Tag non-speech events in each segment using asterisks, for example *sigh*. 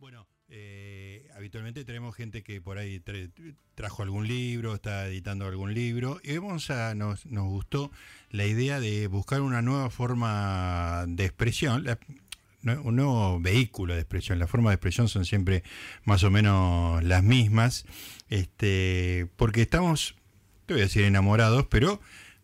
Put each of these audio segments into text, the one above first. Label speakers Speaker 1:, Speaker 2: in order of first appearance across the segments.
Speaker 1: Bueno, eh, habitualmente tenemos gente que por ahí tra- trajo algún libro, está editando algún libro, y vamos a, nos, nos gustó la idea de buscar una nueva forma de expresión, la- no- un nuevo vehículo de expresión. Las formas de expresión son siempre más o menos las mismas, este, porque estamos, te voy a decir enamorados, pero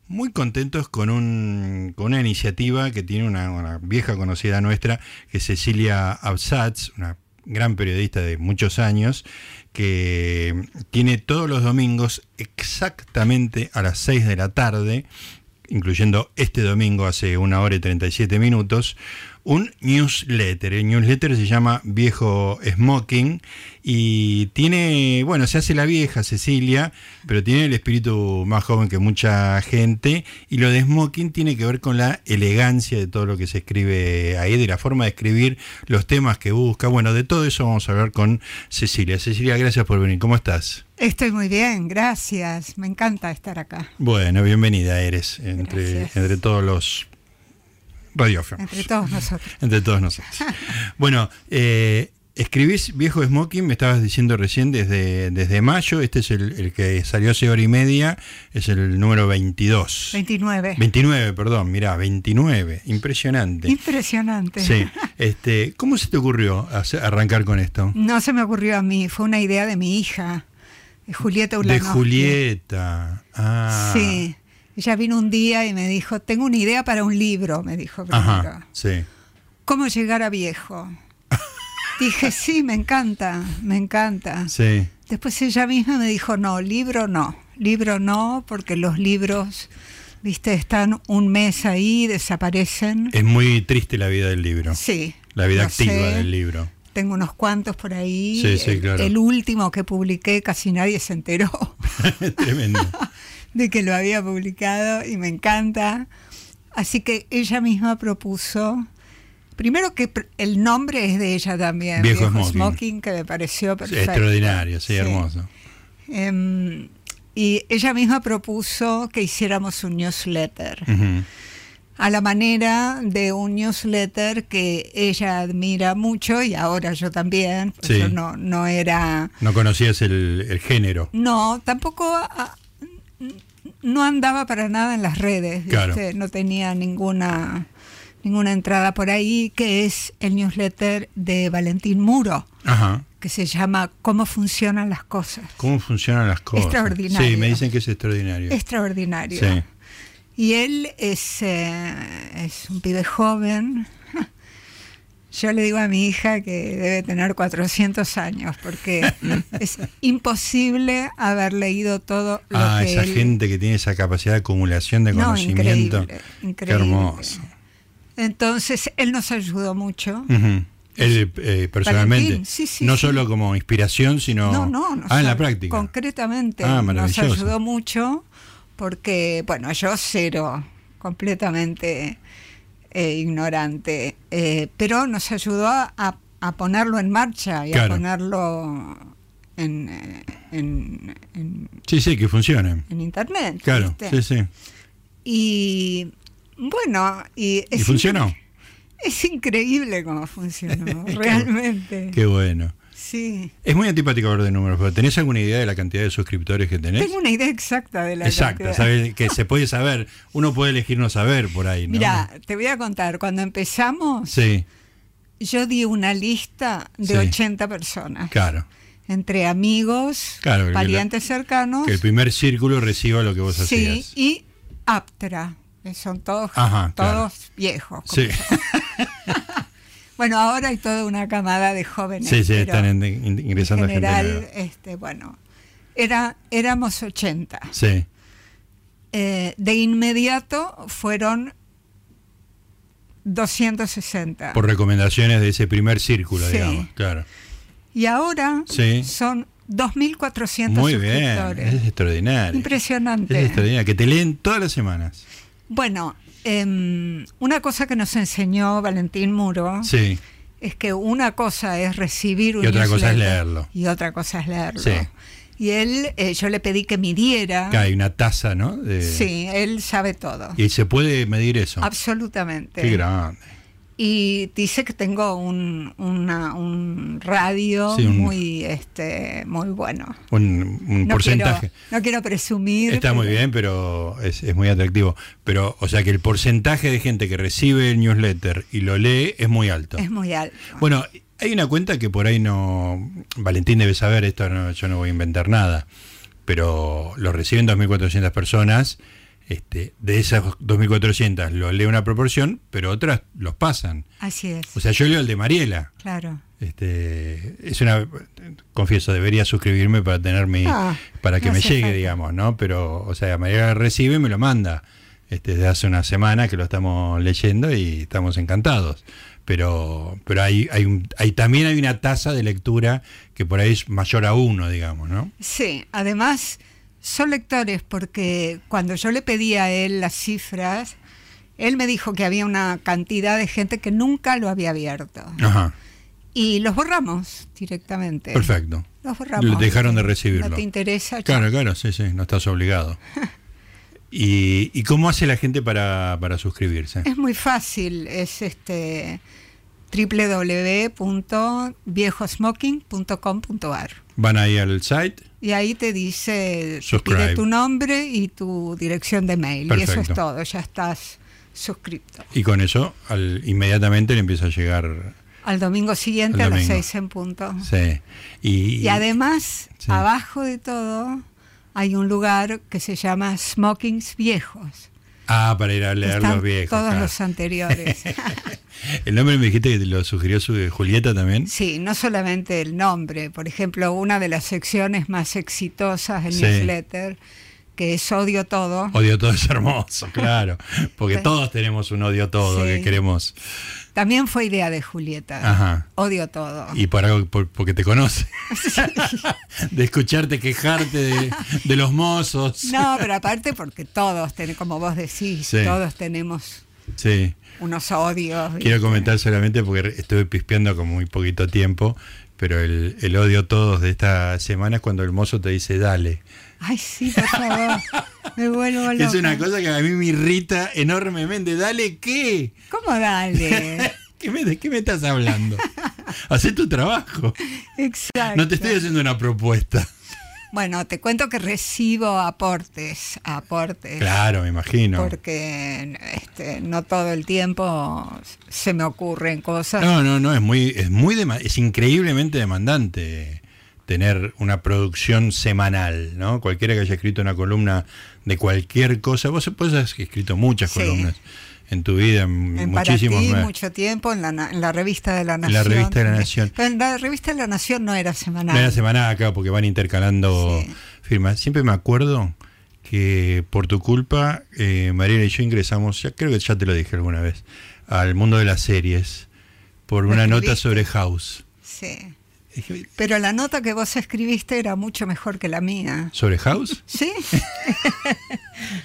Speaker 1: muy contentos con, un, con una iniciativa que tiene una, una vieja conocida nuestra, que es Cecilia Absatz, una gran periodista de muchos años, que tiene todos los domingos exactamente a las 6 de la tarde, incluyendo este domingo hace una hora y 37 minutos, un newsletter. El newsletter se llama Viejo Smoking y tiene, bueno, se hace la vieja Cecilia, pero tiene el espíritu más joven que mucha gente y lo de Smoking tiene que ver con la elegancia de todo lo que se escribe ahí, de la forma de escribir, los temas que busca. Bueno, de todo eso vamos a hablar con Cecilia. Cecilia, gracias por venir. ¿Cómo estás?
Speaker 2: Estoy muy bien, gracias. Me encanta estar acá.
Speaker 1: Bueno, bienvenida eres entre,
Speaker 2: Gracias.
Speaker 1: entre todos los radiófonos.
Speaker 2: Entre
Speaker 1: *laughs*
Speaker 2: todos nosotros.
Speaker 1: Entre todos nosotros. bueno, eh, escribís Viejo Smoking, me estabas diciendo recién, desde, desde mayo. Este es el, el que salió hace hora y media, es el número 22.
Speaker 2: 29.
Speaker 1: 29, perdón, mirá, 29. Impresionante.
Speaker 2: Impresionante.
Speaker 1: Sí. Este, ¿Cómo se te ocurrió hacer- arrancar con esto?
Speaker 2: No se me ocurrió a mí, fue una idea de mi hija, de Julieta
Speaker 1: De
Speaker 2: Ulanowski.
Speaker 1: Julieta. Ah.
Speaker 2: Sí. Ella vino un día y me dijo, tengo una idea para un libro, me dijo primero.
Speaker 1: Ah, Ajá, sí.
Speaker 2: ¿Cómo llegar a viejo?
Speaker 1: *laughs*
Speaker 2: Dije, sí, me encanta, me encanta.
Speaker 1: Sí.
Speaker 2: Después ella misma me dijo, no, libro no, libro no, porque los libros, viste, están un mes ahí, desaparecen.
Speaker 1: Es muy triste la vida del libro.
Speaker 2: Sí.
Speaker 1: La vida
Speaker 2: lo
Speaker 1: activa
Speaker 2: sé.
Speaker 1: del libro. *laughs*
Speaker 2: Tengo unos cuantos por ahí.
Speaker 1: Sí, sí,
Speaker 2: El-
Speaker 1: claro.
Speaker 2: El último que publiqué casi nadie se enteró *laughs*
Speaker 1: Tremendo.
Speaker 2: de que lo había publicado y me encanta. Así que ella misma propuso, primero que pr- el nombre es de ella también,
Speaker 1: Viejo Smoking.
Speaker 2: que me pareció perfecto.
Speaker 1: Extraordinario, sí,
Speaker 2: Sí.
Speaker 1: hermoso.
Speaker 2: Em, y ella misma propuso que hiciéramos un newsletter,
Speaker 1: Ujú.
Speaker 2: a la manera de un newsletter que ella admira mucho y ahora yo también, pues
Speaker 1: Sí.
Speaker 2: yo no, no era...
Speaker 1: No conocías el, el género.
Speaker 2: No, tampoco... ah, no andaba para nada en las redes, ¿viste?
Speaker 1: Claro.
Speaker 2: no tenía ninguna, ninguna entrada por ahí, que es el newsletter de Valentín Muro,
Speaker 1: Ajá.
Speaker 2: que se llama ¿Cómo funcionan las cosas?
Speaker 1: ¿Cómo funcionan las cosas?
Speaker 2: Extraordinario.
Speaker 1: Sí, me dicen que es extraordinario.
Speaker 2: Extraordinario.
Speaker 1: Sí.
Speaker 2: Y él es, eh, es un pibe joven. *laughs* Yo le digo a mi hija que debe tener 400 años, porque
Speaker 1: *laughs*
Speaker 2: es imposible haber leído todo lo
Speaker 1: Ah,
Speaker 2: que
Speaker 1: esa
Speaker 2: él-
Speaker 1: gente que tiene esa capacidad de acumulación de
Speaker 2: No,
Speaker 1: conocimiento.
Speaker 2: increíble,
Speaker 1: Qué
Speaker 2: increíble.
Speaker 1: hermoso.
Speaker 2: Entonces, él nos ayudó mucho.
Speaker 1: Ujú. Él eh, personalmente,
Speaker 2: Valentín, sí, sí,
Speaker 1: no
Speaker 2: sí.
Speaker 1: solo como inspiración, sino
Speaker 2: No, no, nos
Speaker 1: ah, en la
Speaker 2: ay-
Speaker 1: práctica.
Speaker 2: Concretamente,
Speaker 1: Ah,
Speaker 2: nos
Speaker 1: maravilloso.
Speaker 2: ayudó mucho porque, bueno, yo cero, completamente eh, ignorante, eh, pero nos ayudó a, a ponerlo en marcha y
Speaker 1: Claro.
Speaker 2: a ponerlo en, eh, en, en-
Speaker 1: Sí, sí, que funcione.
Speaker 2: en internet.
Speaker 1: Claro,
Speaker 2: ¿viste?
Speaker 1: sí, sí.
Speaker 2: Y bueno, y,
Speaker 1: ¿Y
Speaker 2: es
Speaker 1: funcionó?
Speaker 2: incre- Es increíble
Speaker 1: *laughs*
Speaker 2: cómo funcionó, realmente.
Speaker 1: Qué bueno.
Speaker 2: Sí.
Speaker 1: Es muy antipático hablar de números, pero ¿tenés alguna idea de la cantidad de suscriptores que tenés?
Speaker 2: Tengo una idea exacta de la
Speaker 1: Exacto,
Speaker 2: cantidad.
Speaker 1: sabés que se puede saber. Uno puede elegir no saber por ahí, ¿no?
Speaker 2: Mira, te voy a contar, cuando empezamos,
Speaker 1: Sí,
Speaker 2: yo di una lista de
Speaker 1: Sí.
Speaker 2: 80 personas,
Speaker 1: claro.
Speaker 2: entre amigos,
Speaker 1: Claro, que
Speaker 2: parientes cercanos,
Speaker 1: Que el primer círculo reciba lo que vos
Speaker 2: sí,
Speaker 1: hacías.
Speaker 2: y Aptra, que son todos,
Speaker 1: Ajá, claro.
Speaker 2: todos viejos. como-
Speaker 1: Sí,
Speaker 2: Bueno, ahora hay toda una camada de jóvenes.
Speaker 1: sí, sí,
Speaker 2: *laughs* pero
Speaker 1: están en- in-
Speaker 2: en
Speaker 1: ingresando
Speaker 2: general,
Speaker 1: gente nueva.
Speaker 2: este, bueno, era, éramos 80.
Speaker 1: Sí,
Speaker 2: Eh, de inmediato fueron 260.
Speaker 1: por recomendaciones de ese primer círculo,
Speaker 2: Sí.
Speaker 1: digamos, claro.
Speaker 2: Y ahora
Speaker 1: Sí.
Speaker 2: son 2.400
Speaker 1: Muy bien,
Speaker 2: suscriptores.
Speaker 1: es extraordinario. Es
Speaker 2: Impresionante.
Speaker 1: extraordinario, que te leen todas las semanas.
Speaker 2: Bueno, em, una cosa que nos enseñó Valentín Muro
Speaker 1: Sí,
Speaker 2: es que una cosa es recibir un
Speaker 1: Y otra cosa es
Speaker 2: newsletter
Speaker 1: leerlo.
Speaker 2: Y otra cosa es leerlo.
Speaker 1: Sí.
Speaker 2: Y él, eh, yo le pedí que midiera.
Speaker 1: que hay eh, una tasa, ¿no? De-
Speaker 2: Ah. Sí, él sabe todo.
Speaker 1: Y se puede medir eso.
Speaker 2: Absolutamente.
Speaker 1: Qué grande.
Speaker 2: y dice que tengo un, una- un radio
Speaker 1: Sí, un-
Speaker 2: muy este muy bueno.
Speaker 1: Un, un
Speaker 2: No
Speaker 1: porcentaje.
Speaker 2: Quiero, no quiero presumir.
Speaker 1: Está muy
Speaker 2: pero-
Speaker 1: bien, pero es, es muy atractivo. Pero, o sea que el porcentaje de gente que recibe el newsletter y lo lee es muy alto.
Speaker 2: Es muy alto.
Speaker 1: Bueno, hay una cuenta que por ahí no. Valentín debe saber esto, no- yo no voy a inventar nada. Pero lo reciben 2.400 personas. Este, de esas 2.400 lo lee una proporción, pero otras los pasan.
Speaker 2: Así es.
Speaker 1: O sea, yo leo el de Mariela.
Speaker 2: claro.
Speaker 1: Este, es una confieso, debería suscribirme para tener mi
Speaker 2: Ah,
Speaker 1: para que
Speaker 2: no
Speaker 1: me
Speaker 2: hace
Speaker 1: llegue,
Speaker 2: falta.
Speaker 1: digamos, ¿no? Pero o sea, Mariela recibe y me lo manda. Este, desde hace una semana que lo estamos leyendo y estamos encantados. Pero pero hay hay, un- hay también hay una tasa de lectura que por ahí es mayor a uno, digamos, ¿no?
Speaker 2: Sí, además son lectores porque cuando yo le pedí a él las cifras, él me dijo que había una cantidad de gente que nunca lo había abierto.
Speaker 1: Ajá.
Speaker 2: Y los borramos directamente.
Speaker 1: Perfecto.
Speaker 2: Los borramos.
Speaker 1: Dejaron de
Speaker 2: No
Speaker 1: recibirlo.
Speaker 2: te interesa.
Speaker 1: Claro, claro, sí, sí, no estás obligado. ¿Y, y cómo hace la gente para, para suscribirse?
Speaker 2: Es muy fácil, es este www.viejosmoking.com.ar
Speaker 1: Van ahí al site.
Speaker 2: y ahí te dice
Speaker 1: Subscribe.
Speaker 2: pide tu nombre y tu dirección de mail y eso
Speaker 1: Perfecto.
Speaker 2: es todo, ya estás suscrito.
Speaker 1: Y con eso, al, inmediatamente le empieza a llegar.
Speaker 2: Al domingo siguiente
Speaker 1: Al
Speaker 2: a las
Speaker 1: domingo.
Speaker 2: 6 en punto.
Speaker 1: Sí. Y,
Speaker 2: Y además,
Speaker 1: Sí.
Speaker 2: abajo de todo, hay un lugar que se llama Smokings Viejos.
Speaker 1: Ah, para ir a leer
Speaker 2: Están
Speaker 1: los viejos.
Speaker 2: todos
Speaker 1: claro. *laughs*
Speaker 2: los anteriores.
Speaker 1: El nombre me dijiste que te lo sugirió su, Julieta también.
Speaker 2: Sí, no solamente el nombre. Por ejemplo, una de las secciones más exitosas del
Speaker 1: Sí.
Speaker 2: newsletter, que es Odio Todo,
Speaker 1: Odio todo es
Speaker 2: *laughs*
Speaker 1: hermoso, claro. Porque
Speaker 2: Sí.
Speaker 1: todos tenemos un odio todo que
Speaker 2: Sí.
Speaker 1: queremos.
Speaker 2: también fue idea de Julieta.
Speaker 1: Ajá.
Speaker 2: Odio Todo.
Speaker 1: Y por algo, por- porque te conoce. *laughs* de escucharte quejarte de, de los mozos.
Speaker 2: *laughs* No, pero aparte porque todos, ten- como vos decís,
Speaker 1: Sí.
Speaker 2: todos tenemos
Speaker 1: Sí.
Speaker 2: unos odios. ¿viste?
Speaker 1: Quiero comentar solamente porque estuve pispeando con muy poquito tiempo, pero el, el odio todos de esta semana es cuando el mozo te dice dale.
Speaker 2: Ay, sí, por favor. Me vuelvo loca.
Speaker 1: *laughs* Es una cosa que a mí me irrita enormemente. Dale, ¿qué?
Speaker 2: ¿Cómo dale?
Speaker 1: *laughs* ¿Qué me, ¿De qué me estás hablando? Hacé tu trabajo.
Speaker 2: Exacto.
Speaker 1: No te estoy haciendo una propuesta.
Speaker 2: Bueno, te cuento que recibo aportes, aportes.
Speaker 1: Claro, me imagino.
Speaker 2: Porque este, no todo el tiempo se me ocurren cosas.
Speaker 1: No, no, no, es muy, es muy dema- es increíblemente demandante tener una producción semanal, ¿no? Cualquiera que haya escrito una columna de cualquier cosa, vos, vos has escrito muchas
Speaker 2: Sí.
Speaker 1: columnas en tu vida, m-
Speaker 2: en para ti
Speaker 1: muchísimos me-
Speaker 2: mucho tiempo, en la, na- en la revista de la
Speaker 1: la
Speaker 2: Nación.
Speaker 1: revista de la Nación.
Speaker 2: Pero en la revista de la Nación no era semanal.
Speaker 1: No era semanal acá porque van intercalando
Speaker 2: Sí.
Speaker 1: firmas. Siempre me acuerdo que por tu culpa, eh, Mariela y yo ingresamos, ya creo que ya te lo dije alguna vez, al mundo de las series por
Speaker 2: ¿Lo
Speaker 1: una nota
Speaker 2: escribiste?
Speaker 1: sobre House.
Speaker 2: Sí.
Speaker 1: Dije,
Speaker 2: Pero la nota que vos escribiste era mucho mejor que la mía.
Speaker 1: ¿Sobre House? *laughs*
Speaker 2: ¿Sí?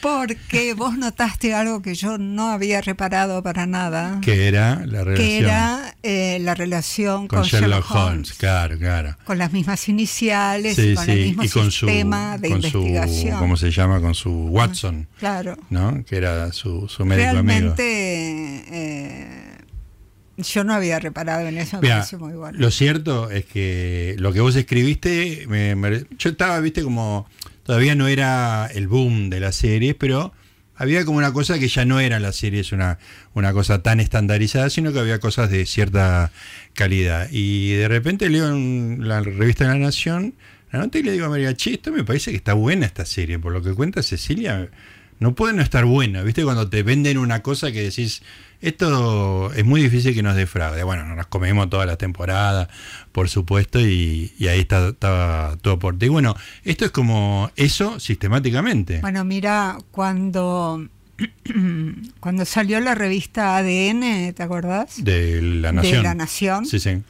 Speaker 2: Porque vos notaste algo que yo no había reparado para nada.
Speaker 1: que era la relación
Speaker 2: que era eh, la relación
Speaker 1: con, Sherlock Holmes. claro, claro.
Speaker 2: con las mismas iniciales,
Speaker 1: Sí,
Speaker 2: y con el
Speaker 1: sí,
Speaker 2: mismo
Speaker 1: y con su,
Speaker 2: sistema de
Speaker 1: con su,
Speaker 2: investigación. Ah.
Speaker 1: ¿cómo se llama? Con su Watson,
Speaker 2: Claro.
Speaker 1: ¿no? Que era su, su médico
Speaker 2: Realmente
Speaker 1: amigo.
Speaker 2: eh, yo no había reparado en eso, me
Speaker 1: Mira,
Speaker 2: parece muy bueno.
Speaker 1: lo cierto es que lo que vos escribiste, me- me- yo estaba, viste, como todavía no era el boom de las series, pero había como una cosa que ya no era las series una, una cosa tan estandarizada, sino que había cosas de cierta calidad. Y de repente leo en la revista La Nación la nota y le digo a María, che, esto me parece que está buena esta serie, por lo que cuenta Cecilia. No puede no estar buena, ¿viste? Cuando te venden una cosa que decís, esto es muy difícil que nos defraude. Bueno, nos comemos todas las temporadas, por supuesto, y, y ahí está, está tu aporte. Y bueno, esto es como eso sistemáticamente.
Speaker 2: Bueno, mira, cuando, *clears throat* cuando salió la revista ADN, ¿te acordás?
Speaker 1: de La Nación.
Speaker 2: De La Nación.
Speaker 1: Sí, sí.
Speaker 2: En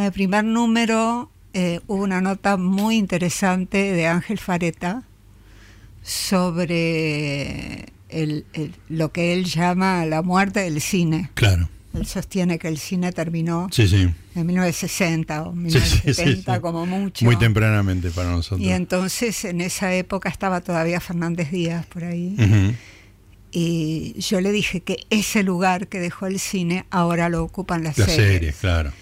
Speaker 2: el primer número eh, hubo una nota muy interesante de Ángel Fareta sobre el- el- lo que él llama la muerte del cine.
Speaker 1: Claro.
Speaker 2: Él sostiene que el cine terminó
Speaker 1: Sí, sí.
Speaker 2: en 1960
Speaker 1: Sí,
Speaker 2: o
Speaker 1: sí,
Speaker 2: 1970
Speaker 1: sí, sí.
Speaker 2: como mucho.
Speaker 1: Muy tempranamente para nosotros.
Speaker 2: y entonces en esa época estaba todavía Fernández Díaz por ahí.
Speaker 1: Ujú.
Speaker 2: Y yo le dije que ese lugar que dejó el cine ahora lo ocupan las,
Speaker 1: Las
Speaker 2: series.
Speaker 1: series, claro.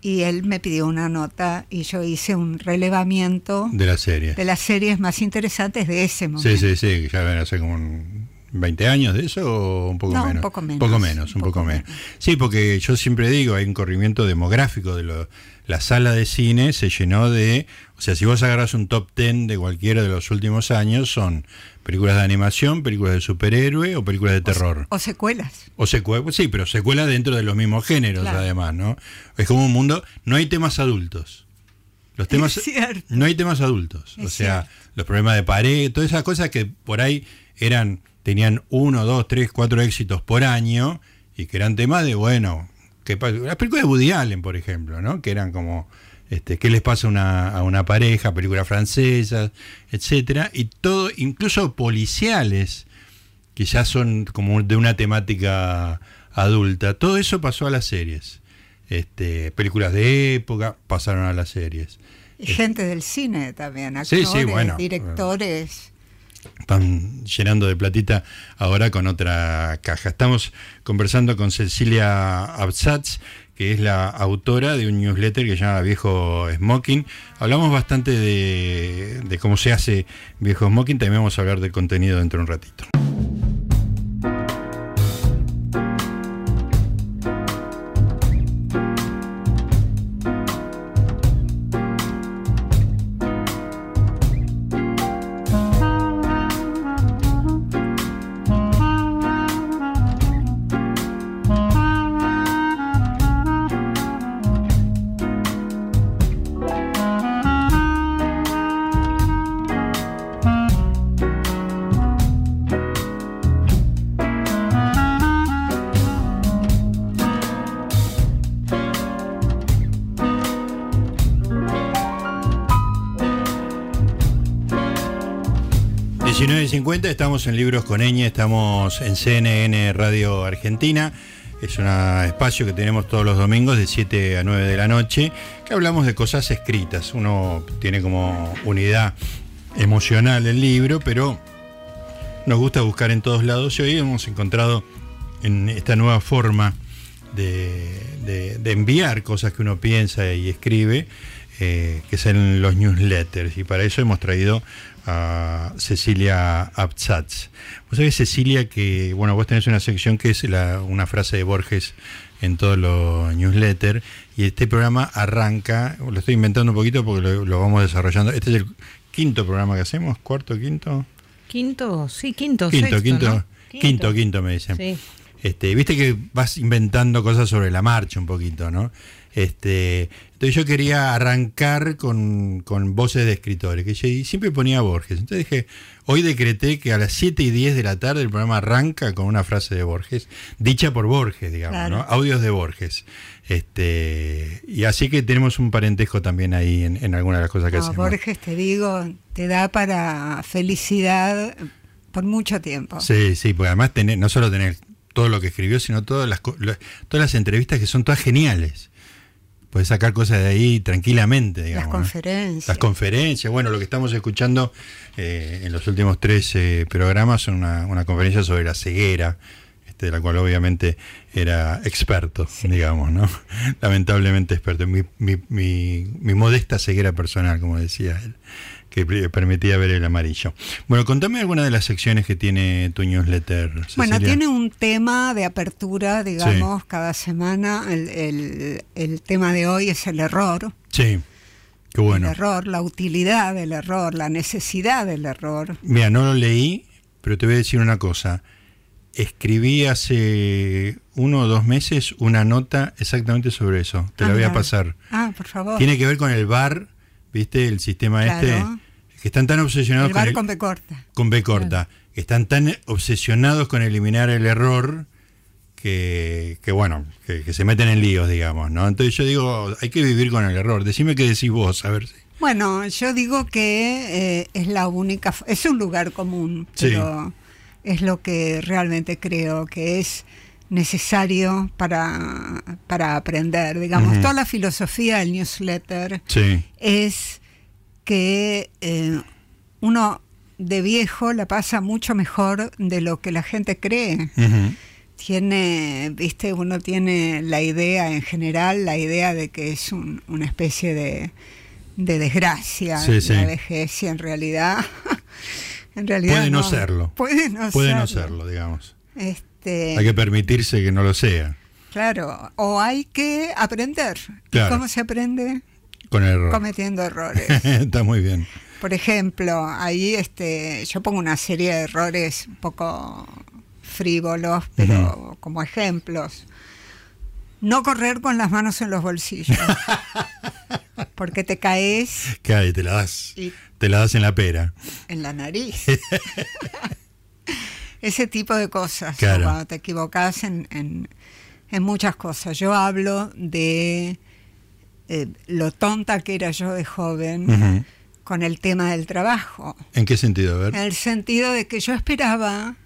Speaker 2: Y él me pidió una nota y yo hice un relevamiento
Speaker 1: De las series.
Speaker 2: de las series más interesantes de ese momento.
Speaker 1: Sí, sí, sí, que ya ven hace como un 20 años de eso o un poco
Speaker 2: No, un
Speaker 1: menos.
Speaker 2: poco menos,
Speaker 1: Poco menos, un poco, menos. Sí, porque yo siempre digo, hay un corrimiento demográfico de lo- la sala de cine se llenó de, o sea, si vos agarras un top 10 de cualquiera de los últimos años son películas de animación, películas de superhéroe o películas de terror.
Speaker 2: O secuelas.
Speaker 1: O secuela, sí, pero secuela dentro de los mismos géneros,
Speaker 2: Claro.
Speaker 1: además, ¿no? Es como un mundo. No hay temas adultos. Los temas.
Speaker 2: *laughs* Es cierto.
Speaker 1: No hay temas adultos.
Speaker 2: Es
Speaker 1: o sea, los problemas de pared, todas esas cosas que por ahí eran. Tenían uno, dos, tres, cuatro éxitos por año y que eran temas de, bueno. Que, pa- las películas de Woody Allen, por ejemplo, ¿no? Que eran como. Este, ¿Qué les pasa a una, a una pareja? Películas francesas, etcétera. Y todo, incluso policiales que ya son como de una temática adulta. Todo eso pasó a las series. Este, películas de época pasaron a las series.
Speaker 2: Y gente del cine también,
Speaker 1: eh, Sí, sí,
Speaker 2: actores,
Speaker 1: bueno.
Speaker 2: directores.
Speaker 1: Están llenando de platita ahora con otra caja. Estamos conversando con Cecilia Absatz, que es la autora de un newsletter que se llama Viejo Smoking. Hablamos bastante de, de cómo se hace Viejo Smoking, también vamos a hablar del contenido dentro de un ratito. y 50 estamos en Libros con Eñe, estamos en CNN Radio Argentina. Es un espacio que tenemos todos los domingos de 7 a 9 de la noche, que hablamos de cosas escritas. Uno tiene como unidad emocional el libro, pero nos gusta buscar en todos lados y hoy hemos encontrado en esta nueva forma de, de- de enviar cosas que uno piensa y escribe, eh, que es en los newsletters. Y para eso hemos traído a Cecilia Absatz. Vos sabés, Cecilia, que bueno, vos tenés una sección que es la- una frase de Borges en todos los newsletters. Y este programa arranca, lo estoy inventando un poquito porque lo, lo vamos desarrollando. Este es el quinto programa que hacemos, cuarto, quinto.
Speaker 3: Quinto, sí, quinto,
Speaker 1: Quinto,
Speaker 3: sexto,
Speaker 1: quinto,
Speaker 3: ¿no?
Speaker 1: quinto, quinto, me dicen.
Speaker 3: Sí.
Speaker 1: Este, Viste que vas inventando cosas sobre la marcha un poquito, ¿no? Este, entonces yo quería arrancar con, con voces de escritores, que yo- y siempre ponía a Borges. Entonces dije, hoy decreté que a las 7 y 10 de la tarde el programa arranca con una frase de Borges, dicha por Borges, digamos,
Speaker 2: Claro.
Speaker 1: ¿no? Audios de Borges. Este, y así que tenemos un parentesco también ahí en, en alguna de las cosas que
Speaker 2: No,
Speaker 1: hacemos.
Speaker 2: Borges, te digo, te da para felicidad por mucho tiempo.
Speaker 1: Sí, sí, porque además tener, no solo tener todo lo que escribió, sino todas las, co- lo- todas las entrevistas que son todas geniales. Puedes sacar cosas de ahí tranquilamente, digamos.
Speaker 2: Las
Speaker 1: ¿no?
Speaker 2: conferencias.
Speaker 1: Las conferencias, bueno, lo que estamos escuchando eh, en los últimos tres eh, programas son una, una conferencia sobre la ceguera, este, de la cual obviamente era experto, digamos, ¿no? *laughs* Lamentablemente experto. Mi, mi- mi- mi modesta ceguera personal, como decía él, que pre- permitía ver el amarillo. Bueno, contame alguna de las secciones que tiene tu newsletter.
Speaker 2: Bueno,
Speaker 1: Cecilia.
Speaker 2: tiene un tema de apertura, digamos, cada semana. El, el- el tema de hoy es el error.
Speaker 1: Sí, qué
Speaker 2: El
Speaker 1: bueno.
Speaker 2: error, la utilidad del error, la necesidad del error.
Speaker 1: Mira, no lo leí, pero te voy a decir una cosa. Escribí hace uno o dos meses una nota exactamente sobre eso. Te
Speaker 2: Ah,
Speaker 1: la voy a
Speaker 2: mirá.
Speaker 1: pasar.
Speaker 2: Ah, por favor.
Speaker 1: Tiene que ver con el bar, ¿viste? El sistema
Speaker 2: Claro.
Speaker 1: este. Que están tan obsesionados
Speaker 2: el
Speaker 1: con,
Speaker 2: bar
Speaker 1: el-
Speaker 2: con B corta.
Speaker 1: con B corta. Que están tan obsesionados con eliminar el error que, que, bueno, que, que se meten en líos, digamos, ¿no? Entonces yo digo, hay que vivir con el error. Decime qué decís vos, a ver si.
Speaker 2: Bueno, yo digo que eh, es la única, f- es un lugar común,
Speaker 1: Sí.
Speaker 2: pero es lo que realmente creo que es necesario para, para aprender. Digamos,
Speaker 1: Ujú.
Speaker 2: toda la filosofía del newsletter
Speaker 1: Sí,
Speaker 2: es que eh, uno de viejo la pasa mucho mejor de lo que la gente cree.
Speaker 1: Ujú.
Speaker 2: Tiene, viste, uno tiene la idea en general, la idea de que es un- una especie de, de desgracia
Speaker 1: Sí, sí.
Speaker 2: la vejez y en realidad, *laughs* en realidad
Speaker 1: Puede no serlo.
Speaker 2: Puede no
Speaker 1: Puede no
Speaker 2: serlo.
Speaker 1: serlo, digamos.
Speaker 2: Este,
Speaker 1: Hay que permitirse que no lo sea,
Speaker 2: Claro, o hay que aprender. ¿Y
Speaker 1: Claro.
Speaker 2: ¿Cómo se aprende?
Speaker 1: con el error. *laughs*
Speaker 2: Cometiendo errores.
Speaker 1: Está muy bien.
Speaker 2: Por ejemplo, ahí este, yo pongo una serie de errores un poco frívolos, pero como ejemplos. No correr con las manos en
Speaker 1: *laughs*
Speaker 2: los bolsillos. porque te caes
Speaker 1: Cae, te la das.
Speaker 2: y
Speaker 1: Te la das en la pera.
Speaker 2: en
Speaker 1: *laughs*
Speaker 2: la nariz. Ese tipo de cosas,
Speaker 1: Claro.
Speaker 2: ¿no? cuando te equivocas en, en- en muchas cosas. Yo hablo de eh, lo tonta que era yo de joven
Speaker 1: Ujú.
Speaker 2: con el tema del trabajo.
Speaker 1: ¿En qué sentido? A
Speaker 2: En
Speaker 1: ver.
Speaker 2: el sentido de que yo esperaba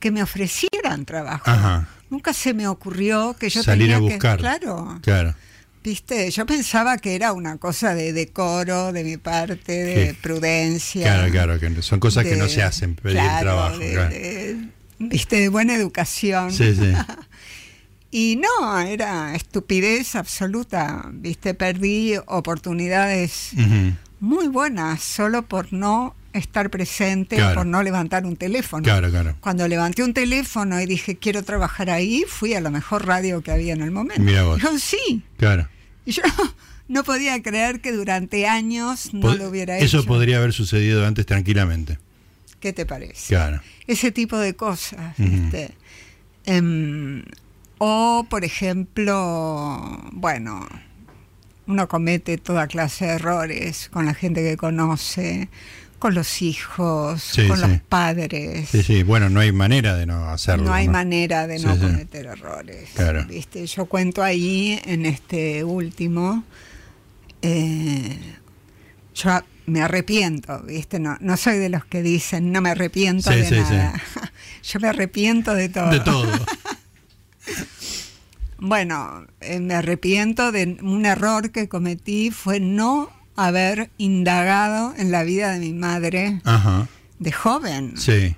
Speaker 2: que me ofrecieran trabajo.
Speaker 1: Ajá.
Speaker 2: Nunca se me ocurrió que yo
Speaker 1: Salir
Speaker 2: tenía
Speaker 1: a buscar.
Speaker 2: que. Claro.
Speaker 1: Claro.
Speaker 2: Viste, yo pensaba que era una cosa de decoro de mi parte, de
Speaker 1: Sí.
Speaker 2: prudencia.
Speaker 1: Claro, claro. que son cosas que
Speaker 2: de-
Speaker 1: no se hacen, pedir
Speaker 2: claro,
Speaker 1: trabajo.
Speaker 2: de-
Speaker 1: claro.
Speaker 2: de- Viste, de buena educación.
Speaker 1: Sí, sí.
Speaker 2: Y no, era estupidez absoluta. Viste, perdí oportunidades *laughs*
Speaker 1: Ujú.
Speaker 2: muy buenas solo por no estar presente,
Speaker 1: Claro.
Speaker 2: por no levantar un teléfono.
Speaker 1: Claro, claro.
Speaker 2: Cuando levanté un teléfono y dije quiero trabajar ahí, fui a la mejor radio que había en el momento.
Speaker 1: Mira vos.
Speaker 2: Dijeron, sí.
Speaker 1: Claro.
Speaker 2: Y yo *laughs* no podía creer que durante años no
Speaker 1: Pod-
Speaker 2: lo hubiera
Speaker 1: Eso
Speaker 2: hecho.
Speaker 1: podría haber sucedido antes tranquilamente.
Speaker 2: ¿Qué te parece?
Speaker 1: Claro.
Speaker 2: Ese tipo de cosas.
Speaker 1: Ujú.
Speaker 2: ¿viste? Em, o, por ejemplo, bueno, uno comete toda clase de errores con la gente que conoce, con los hijos,
Speaker 1: Sí,
Speaker 2: con
Speaker 1: sí.
Speaker 2: los padres.
Speaker 1: Sí, sí. Bueno, no hay manera de no hacerlo.
Speaker 2: No hay
Speaker 1: ¿no?
Speaker 2: manera de
Speaker 1: Sí,
Speaker 2: no
Speaker 1: sí.
Speaker 2: cometer errores.
Speaker 1: Claro.
Speaker 2: ¿viste? Yo cuento ahí, en este último, eh, yo a- me arrepiento, ¿viste? No, no soy de los que dicen, no me arrepiento
Speaker 1: Sí,
Speaker 2: de
Speaker 1: sí, sí.
Speaker 2: nada. *laughs* Yo me arrepiento de todo.
Speaker 1: De
Speaker 2: *laughs*
Speaker 1: todo.
Speaker 2: Bueno, eh, me arrepiento de un error que cometí, fue no haber indagado en la vida de mi madre
Speaker 1: Ajá.
Speaker 2: de joven.
Speaker 1: Sí.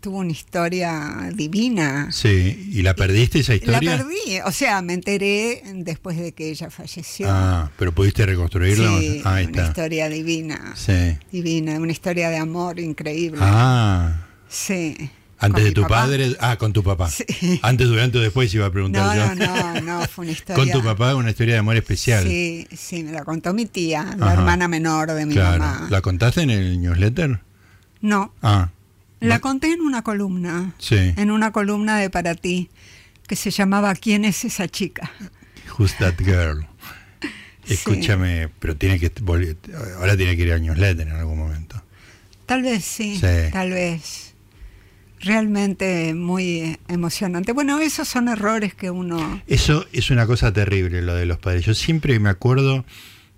Speaker 2: Tuvo una historia divina.
Speaker 1: Sí. ¿Y la perdiste esa
Speaker 2: La
Speaker 1: historia?
Speaker 2: perdí, eh, o sea, me enteré después de que ella falleció.
Speaker 1: Ah, pero pudiste reconstruirla.
Speaker 2: sí,
Speaker 1: Ahí
Speaker 2: una
Speaker 1: está.
Speaker 2: historia divina,
Speaker 1: Sí.
Speaker 2: divina, una historia de amor increíble.
Speaker 1: Ah.
Speaker 2: Sí.
Speaker 1: Antes
Speaker 2: Con
Speaker 1: de
Speaker 2: mi
Speaker 1: tu
Speaker 2: papá.
Speaker 1: padre, ah, con tu papá.
Speaker 2: Sí.
Speaker 1: Antes, durante o después iba a
Speaker 2: No,
Speaker 1: preguntar
Speaker 2: no,
Speaker 1: yo.
Speaker 2: no, no,
Speaker 1: *laughs*
Speaker 2: fue una historia.
Speaker 1: Con tu papá una historia de amor especial.
Speaker 2: Sí, sí, me la contó mi tía, la
Speaker 1: Ajá.
Speaker 2: hermana menor de mi
Speaker 1: claro.
Speaker 2: mamá.
Speaker 1: ¿La contaste en el newsletter?
Speaker 2: No,
Speaker 1: Ah,
Speaker 2: la conté en una columna, *laughs*
Speaker 1: sí.
Speaker 2: en una columna de Para ti, que se llamaba ¿Quién es esa chica?
Speaker 1: Who's that girl?
Speaker 2: Sí.
Speaker 1: Escúchame, pero tiene que volver- ahora tiene que ir al newsletter en algún momento.
Speaker 2: Tal vez sí,
Speaker 1: Sí.
Speaker 2: tal vez. Realmente muy emocionante. Bueno, esos son errores que uno...
Speaker 1: Eso es una cosa terrible, lo de los padres. Yo siempre me acuerdo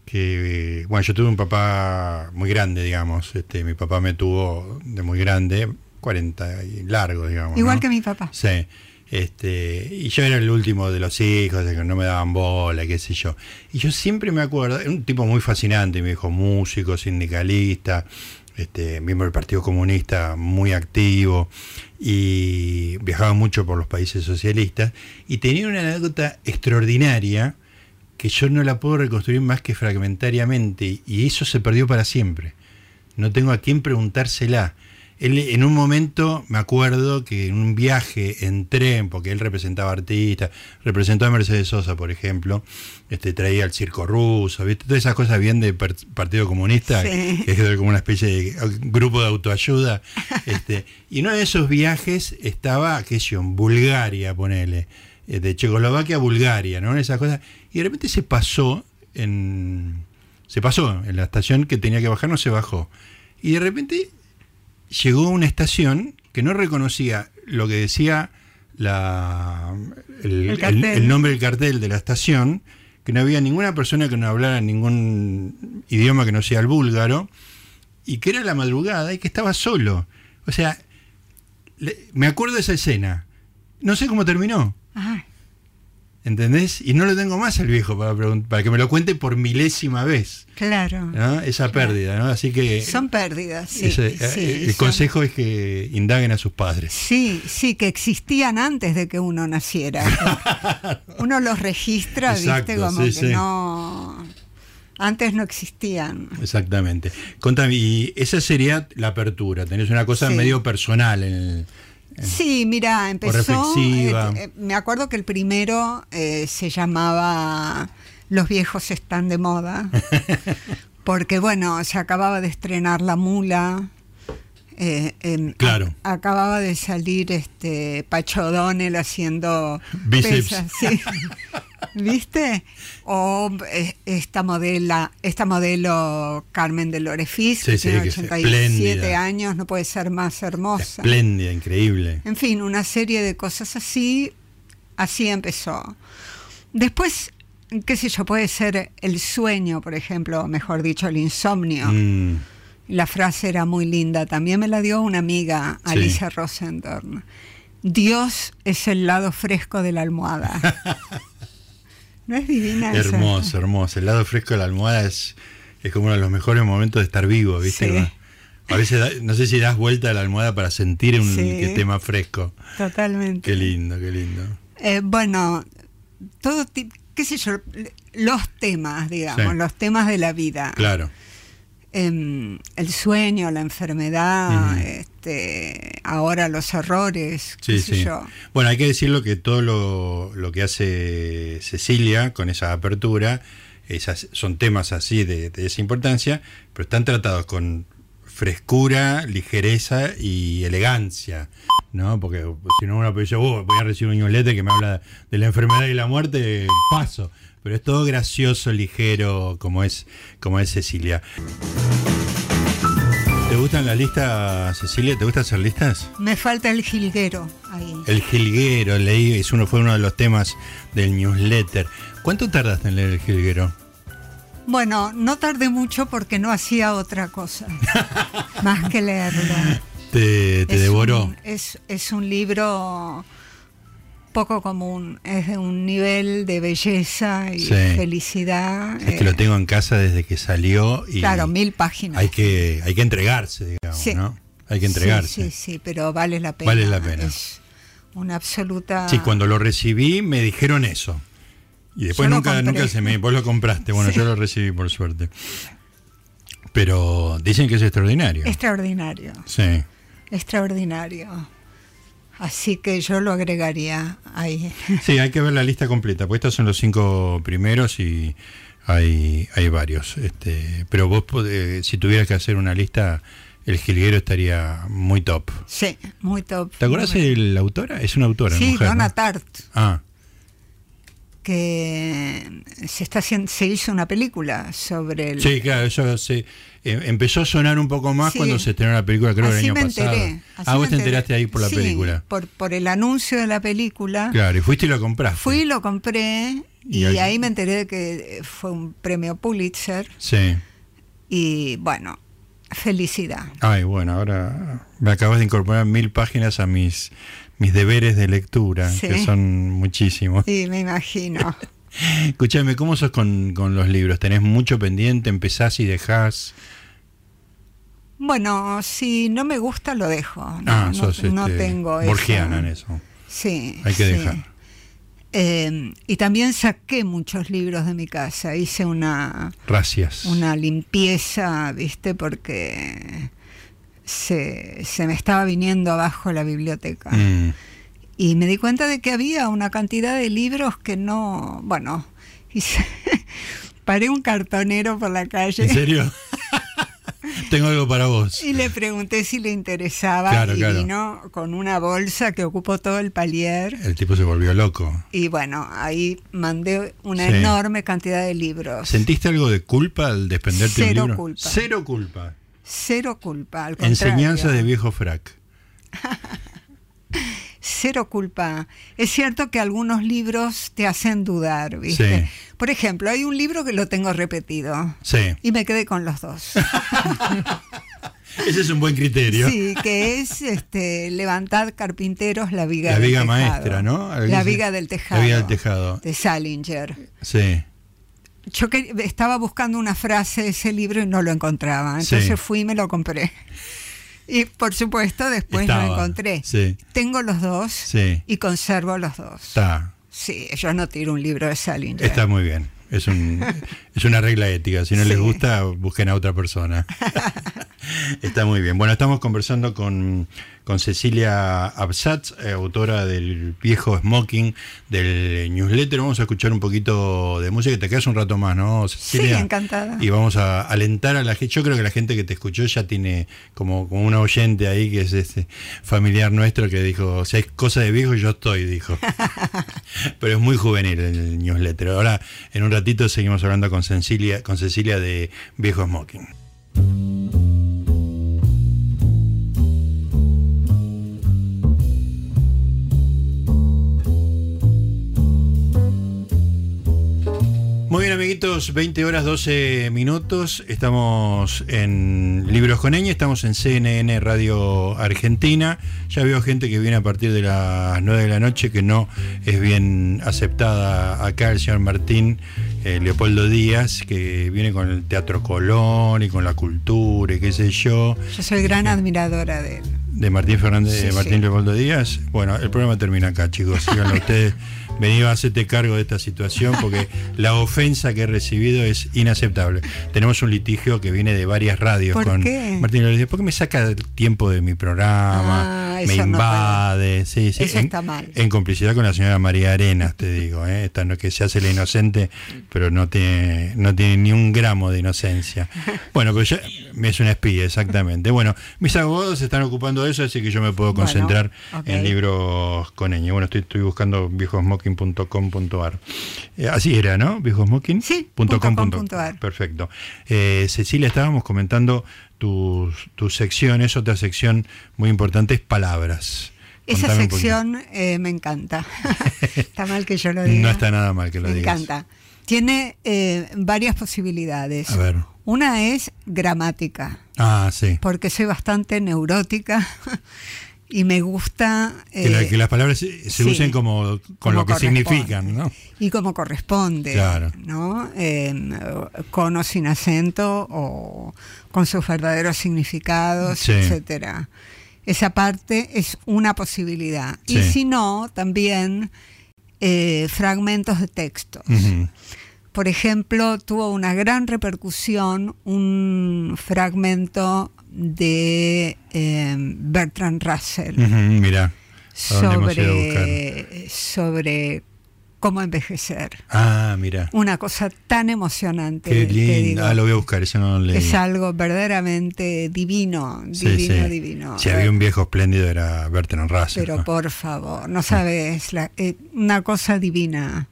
Speaker 1: que, eh, bueno, yo tuve un papá muy grande, digamos. Este, mi papá me tuvo de muy grande, 40 y largo, digamos.
Speaker 2: Igual
Speaker 1: ¿no?
Speaker 2: que mi papá.
Speaker 1: Sí. Este, y yo era el último de los hijos, de que no me daban bola, qué sé yo. Y yo siempre me acuerdo, era un tipo muy fascinante, me dijo, músico, sindicalista, este, miembro del Partido Comunista, muy activo, y viajaba mucho por los países socialistas, y tenía una anécdota extraordinaria que yo no la puedo reconstruir más que fragmentariamente, y eso se perdió para siempre. No tengo a quién preguntársela. Él en un momento me acuerdo que en un viaje en tren, porque él representaba artistas, representó a Mercedes Sosa, por ejemplo, este traía al circo ruso, ¿viste? todas esas cosas bien de par- Partido Comunista,
Speaker 2: Sí.
Speaker 1: que es como una especie de eh, grupo de autoayuda. Este, y en uno de esos viajes estaba aquello en Bulgaria, ponele, eh, de Checoslovaquia a Bulgaria, ¿no? Esas cosas. Y de repente se pasó en. Se pasó en la estación que tenía que bajar, no se bajó. Y de repente llegó a una estación que no reconocía lo que decía la, el,
Speaker 2: El cartel.
Speaker 1: el- el nombre del cartel de la estación, que no había ninguna persona que no hablara ningún idioma que no sea el búlgaro, y que era la madrugada y que estaba solo. O sea,
Speaker 2: Ah,
Speaker 1: le- me acuerdo de esa escena. No sé cómo terminó.
Speaker 2: Ay,
Speaker 1: ¿Entendés? Y no lo tengo más el viejo para, pregun- para que me lo cuente por milésima vez,
Speaker 2: Claro.
Speaker 1: ¿no? Esa pérdida, ¿no? Así que
Speaker 2: Son pérdidas, sí.
Speaker 1: Eh, ese-
Speaker 2: sí,
Speaker 1: eh, el
Speaker 2: son-
Speaker 1: consejo es que indaguen a sus padres.
Speaker 2: Sí, sí, que existían antes de que uno
Speaker 1: *laughs*
Speaker 2: naciera. Uno los registra,
Speaker 1: Exacto,
Speaker 2: ¿viste? Como
Speaker 1: sí,
Speaker 2: que
Speaker 1: sí.
Speaker 2: no. Antes no existían.
Speaker 1: Exactamente. Contame, y esa sería la apertura. Tenés una cosa
Speaker 2: Sí.
Speaker 1: medio personal en el-
Speaker 2: Sí, mira, empezó.
Speaker 1: Eh, reflexiva.
Speaker 2: eh, eh, me acuerdo que el primero eh, se llamaba Los viejos están
Speaker 1: *laughs*
Speaker 2: de moda. porque, bueno, se acababa de estrenar La Mula. eh, em,
Speaker 1: Claro.
Speaker 2: a- acababa de salir este Pacho O'Donnell haciendo
Speaker 1: Bíceps.
Speaker 2: pesas,
Speaker 1: *laughs*
Speaker 2: sí. ¿Viste? O eh, esta modela, esta modelo Carmen de Lorefis,
Speaker 1: Sí,
Speaker 2: que
Speaker 1: sí,
Speaker 2: tiene
Speaker 1: que es
Speaker 2: 87
Speaker 1: espléndida.
Speaker 2: años, no puede ser más hermosa.
Speaker 1: espléndida, increíble.
Speaker 2: En fin, una serie de cosas así. Así empezó. Después, qué sé yo, puede ser el sueño, por ejemplo, o mejor dicho, el insomnio.
Speaker 1: Mm,
Speaker 2: La frase era muy linda, también me la dio una amiga,
Speaker 1: Sí.
Speaker 2: Alicia Rosendorn. Dios es el lado fresco de la
Speaker 1: *laughs*
Speaker 2: almohada. ¿No es divina esa?
Speaker 1: hermoso, hermoso. El lado fresco de la almohada es, es como uno de los mejores momentos de estar vivo, ¿viste?
Speaker 2: Sí.
Speaker 1: A veces, da- no sé si das vuelta a la almohada para sentir un
Speaker 2: Sí.
Speaker 1: qué tema fresco.
Speaker 2: Totalmente.
Speaker 1: Qué lindo, qué lindo.
Speaker 2: Eh, bueno, todo ti- qué sé yo, los temas, digamos,
Speaker 1: Sí.
Speaker 2: los temas de la vida.
Speaker 1: Claro.
Speaker 2: em, el sueño, la enfermedad,
Speaker 1: Ujú.
Speaker 2: este, ahora los errores,
Speaker 1: Sí,
Speaker 2: qué sé
Speaker 1: sí.
Speaker 2: yo.
Speaker 1: Bueno, hay que decirlo que todo lo, lo que hace Cecilia con esa apertura, esas son temas así de, de esa importancia, pero están tratados con frescura, ligereza y elegancia, ¿no? Porque si no uno dice, "Oh, voy a recibir un ñolete que me habla de la enfermedad y la muerte, paso. Pero es todo gracioso, ligero, como es, como es Cecilia. ¿Te gustan las listas, Cecilia? ¿Te gusta hacer listas?
Speaker 2: Me falta el jilguero ahí.
Speaker 1: El jilguero, leí, es uno, fue uno de los temas del newsletter. ¿Cuánto tardaste en leer el jilguero?
Speaker 2: Bueno, no tardé mucho porque no hacía
Speaker 1: *laughs*
Speaker 2: otra cosa más que leerlo.
Speaker 1: ¿Te, te
Speaker 2: Es
Speaker 1: devoró?
Speaker 2: un- es, es un libro poco común, es de un nivel de belleza y
Speaker 1: Sí.
Speaker 2: felicidad.
Speaker 1: Es que lo
Speaker 2: eh,
Speaker 1: tengo en casa desde que salió y
Speaker 2: claro, mil páginas.
Speaker 1: hay, que, hay que entregarse, digamos,
Speaker 2: Sí.
Speaker 1: ¿no? Hay que entregarse.
Speaker 2: Sí, sí, sí, pero vale la pena.
Speaker 1: Vale la pena.
Speaker 2: Es una absoluta...
Speaker 1: Sí, cuando lo recibí me dijeron eso. Y después
Speaker 2: Yo lo
Speaker 1: nunca,
Speaker 2: compré.
Speaker 1: nunca se me... Vos lo compraste, bueno, yo lo recibí por suerte. Pero dicen que es extraordinario.
Speaker 2: Extraordinario,
Speaker 1: Sí.
Speaker 2: extraordinario. Así que yo lo agregaría ahí.
Speaker 1: Sí, hay que ver la lista completa, porque estos son los cinco primeros y hay, hay varios. Este, pero vos, podés- si tuvieras que hacer una lista, el jilguero estaría muy top.
Speaker 2: Sí, muy top.
Speaker 1: ¿Te acordás de la autora? Es una autora,
Speaker 2: Sí,
Speaker 1: mujer, ¿no?
Speaker 2: Donna Tart.
Speaker 1: Ah,
Speaker 2: que se está haciendo, se hizo una película sobre el
Speaker 1: sí, claro, eso se, em- empezó a sonar un poco más
Speaker 2: Sí.
Speaker 1: cuando se estrenó la película, creo,
Speaker 2: así
Speaker 1: el año
Speaker 2: me
Speaker 1: pasado.
Speaker 2: enteré así
Speaker 1: ah,
Speaker 2: me
Speaker 1: vos te
Speaker 2: enteré.
Speaker 1: enteraste ahí por la
Speaker 2: Sí,
Speaker 1: película.
Speaker 2: por, por el anuncio de la película
Speaker 1: Claro, y fuiste y lo compraste.
Speaker 2: fui lo compré
Speaker 1: Y
Speaker 2: y,
Speaker 1: ahí-
Speaker 2: ahí... me enteré de que eh, fue un premio Pulitzer
Speaker 1: Sí.
Speaker 2: y bueno felicidad
Speaker 1: Ay, bueno, ahora me acabas de incorporar mil páginas a mis, mis deberes de lectura,
Speaker 2: Sí.
Speaker 1: que son muchísimos. *laughs*
Speaker 2: sí me imagino
Speaker 1: Escúchame, ¿cómo sos con, con los libros? ¿Tenés mucho pendiente? ¿Empezás y dejás?
Speaker 2: bueno si no me gusta lo dejo no,
Speaker 1: Ah,
Speaker 2: no-
Speaker 1: sos
Speaker 2: no
Speaker 1: este,
Speaker 2: tengo
Speaker 1: borgiana
Speaker 2: esa-
Speaker 1: en eso.
Speaker 2: sí
Speaker 1: Hay que
Speaker 2: sí.
Speaker 1: dejar.
Speaker 2: Eh, y también saqué muchos libros de mi casa hice una
Speaker 1: Gracias.
Speaker 2: una limpieza, ¿viste? Porque se, se me estaba viniendo abajo la biblioteca.
Speaker 1: Mm,
Speaker 2: Y me di cuenta de que había una cantidad de libros que no. Bueno, hice- *laughs* paré un cartonero por la
Speaker 1: ¿En
Speaker 2: calle *laughs*
Speaker 1: serio? Tengo algo para vos.
Speaker 2: y le pregunté si le interesaba.
Speaker 1: Claro,
Speaker 2: y
Speaker 1: claro.
Speaker 2: vino con una bolsa que ocupó todo el palier.
Speaker 1: El tipo se volvió loco.
Speaker 2: Y bueno, ahí mandé una
Speaker 1: Sí.
Speaker 2: enorme cantidad de libros.
Speaker 1: ¿Sentiste algo de culpa al desprenderte un
Speaker 2: Cero
Speaker 1: libro?
Speaker 2: culpa.
Speaker 1: Cero culpa.
Speaker 2: Cero culpa, al contrario.
Speaker 1: Enseñanza de viejo frac.
Speaker 2: Cero culpa. Es cierto que algunos libros te hacen dudar, ¿viste?
Speaker 1: Sí.
Speaker 2: Por ejemplo, hay un libro que lo tengo repetido
Speaker 1: Sí. *laughs*
Speaker 2: y me quedé con los dos.
Speaker 1: Ese es un buen criterio.
Speaker 2: Sí, que es este, levantad carpinteros la viga
Speaker 1: La
Speaker 2: del
Speaker 1: viga
Speaker 2: tejado.
Speaker 1: maestra, ¿no? Algo
Speaker 2: La
Speaker 1: así.
Speaker 2: viga del tejado.
Speaker 1: La viga del tejado.
Speaker 2: De Salinger.
Speaker 1: Sí.
Speaker 2: Yo que- estaba buscando una frase de ese libro y no lo encontraba. Entonces
Speaker 1: Sí.
Speaker 2: fui y me lo compré. Y por supuesto después lo
Speaker 1: Estaba.
Speaker 2: Pues encontré.
Speaker 1: Sí.
Speaker 2: Tengo los dos
Speaker 1: Sí.
Speaker 2: y conservo los dos.
Speaker 1: Está.
Speaker 2: Sí, yo no tiro un libro de Salinger.
Speaker 1: Está muy bien. Es, un, es una regla ética. Si no les
Speaker 2: Sí.
Speaker 1: gusta, busquen a otra persona. Está muy bien. Bueno, estamos conversando con, con Cecilia Absatz, eh, autora del viejo Smoking del newsletter. Vamos a escuchar un poquito de música. Te quedas un rato más, ¿no,
Speaker 2: sí,
Speaker 1: Cecilia?
Speaker 2: encantada.
Speaker 1: Y vamos a alentar a la gente. Yo creo que la gente que te escuchó ya tiene como, como un oyente ahí que es este familiar nuestro que dijo, si es cosa de viejo, yo estoy,
Speaker 2: *laughs*
Speaker 1: dijo. Pero es muy juvenil el newsletter. Ahora, en un ratito seguimos hablando con Cecilia, con Cecilia de Viejo Smoking. Muy bien, amiguitos, 20 horas 12 minutos. Estamos en Libros con Eñe, estamos en CNN Radio Argentina. Ya veo gente que viene a partir de las 9 de la noche que no es bien aceptada acá, el señor Martín eh, Leopoldo Díaz, que viene con el Teatro Colón y con la cultura y qué sé yo,
Speaker 2: Yo soy gran admiradora de él.
Speaker 1: de Martín Fernández,
Speaker 2: Sí,
Speaker 1: de Martín
Speaker 2: sí.
Speaker 1: Leopoldo Díaz. Bueno, el programa termina acá, chicos. Síganlo
Speaker 2: *laughs*
Speaker 1: ustedes. Vení, hacerte cargo de esta situación porque la ofensa que he recibido es inaceptable. Tenemos un litigio que viene de varias radios
Speaker 2: ¿Por
Speaker 1: con
Speaker 2: qué?
Speaker 1: Martín Leopoldo Díaz. Porque me saca el tiempo de mi programa,
Speaker 2: Ah,
Speaker 1: me
Speaker 2: eso no
Speaker 1: invade. sí, sí.
Speaker 2: Eso
Speaker 1: En-
Speaker 2: está mal.
Speaker 1: En complicidad con la señora María Arenas, te digo. ¿eh? Esta no, que se hace la inocente, pero no tiene, no tiene ni un gramo de
Speaker 2: *laughs*
Speaker 1: inocencia. Bueno, pero ya es una espía, exactamente. Bueno, mis abogados se están ocupando de eso, así que yo me puedo
Speaker 2: Bueno,
Speaker 1: concentrar
Speaker 2: ok.
Speaker 1: en libros con ñ. Bueno, estoy, estoy buscando viejosmoking.com.ar. Eh, así era, ¿no? Viejosmoking.
Speaker 2: Sí,
Speaker 1: punto com,
Speaker 2: punto com,
Speaker 1: punto-
Speaker 2: punto ar.
Speaker 1: Perfecto. Eh, Cecilia, estábamos comentando tus, tus secciones. Otra sección muy importante es palabras.
Speaker 2: Esa
Speaker 1: Contame un poquito.
Speaker 2: sección eh,
Speaker 1: *laughs*
Speaker 2: me encanta. está mal que yo lo diga.
Speaker 1: No está nada mal que lo
Speaker 2: me
Speaker 1: digas.
Speaker 2: encanta. Tiene eh, varias posibilidades.
Speaker 1: A ver.
Speaker 2: Una es gramática,
Speaker 1: Ah, sí.
Speaker 2: porque soy bastante neurótica *laughs* y me gusta...
Speaker 1: Que, la-
Speaker 2: eh,
Speaker 1: que las palabras se, se
Speaker 2: sí.
Speaker 1: usen como con
Speaker 2: Como
Speaker 1: lo que
Speaker 2: corresponde.
Speaker 1: significan, ¿no?
Speaker 2: Y como corresponde,
Speaker 1: Claro.
Speaker 2: ¿no? Eh, con o sin acento o con sus verdaderos significados,
Speaker 1: Sí.
Speaker 2: etcétera. Esa parte es una posibilidad. Y
Speaker 1: Sí.
Speaker 2: si no, también eh, fragmentos de textos.
Speaker 1: Ujú.
Speaker 2: Por ejemplo, tuvo una gran repercusión un fragmento de eh, Bertrand Russell
Speaker 1: Ujú, mira. Mm. ¿A dónde hemos ido a
Speaker 2: sobre, sobre cómo envejecer.
Speaker 1: Ah, mira.
Speaker 2: Una cosa tan emocionante.
Speaker 1: Qué
Speaker 2: te digo.
Speaker 1: lindo. Ah, lo voy a buscar, eso no lo leí.
Speaker 2: es algo verdaderamente divino, divino,
Speaker 1: Sí, sí.
Speaker 2: divino.
Speaker 1: Si había un viejo espléndido era Bertrand Russell.
Speaker 2: Pero
Speaker 1: ¿no? Ah.
Speaker 2: por favor, no sabes, la- eh, una cosa divina,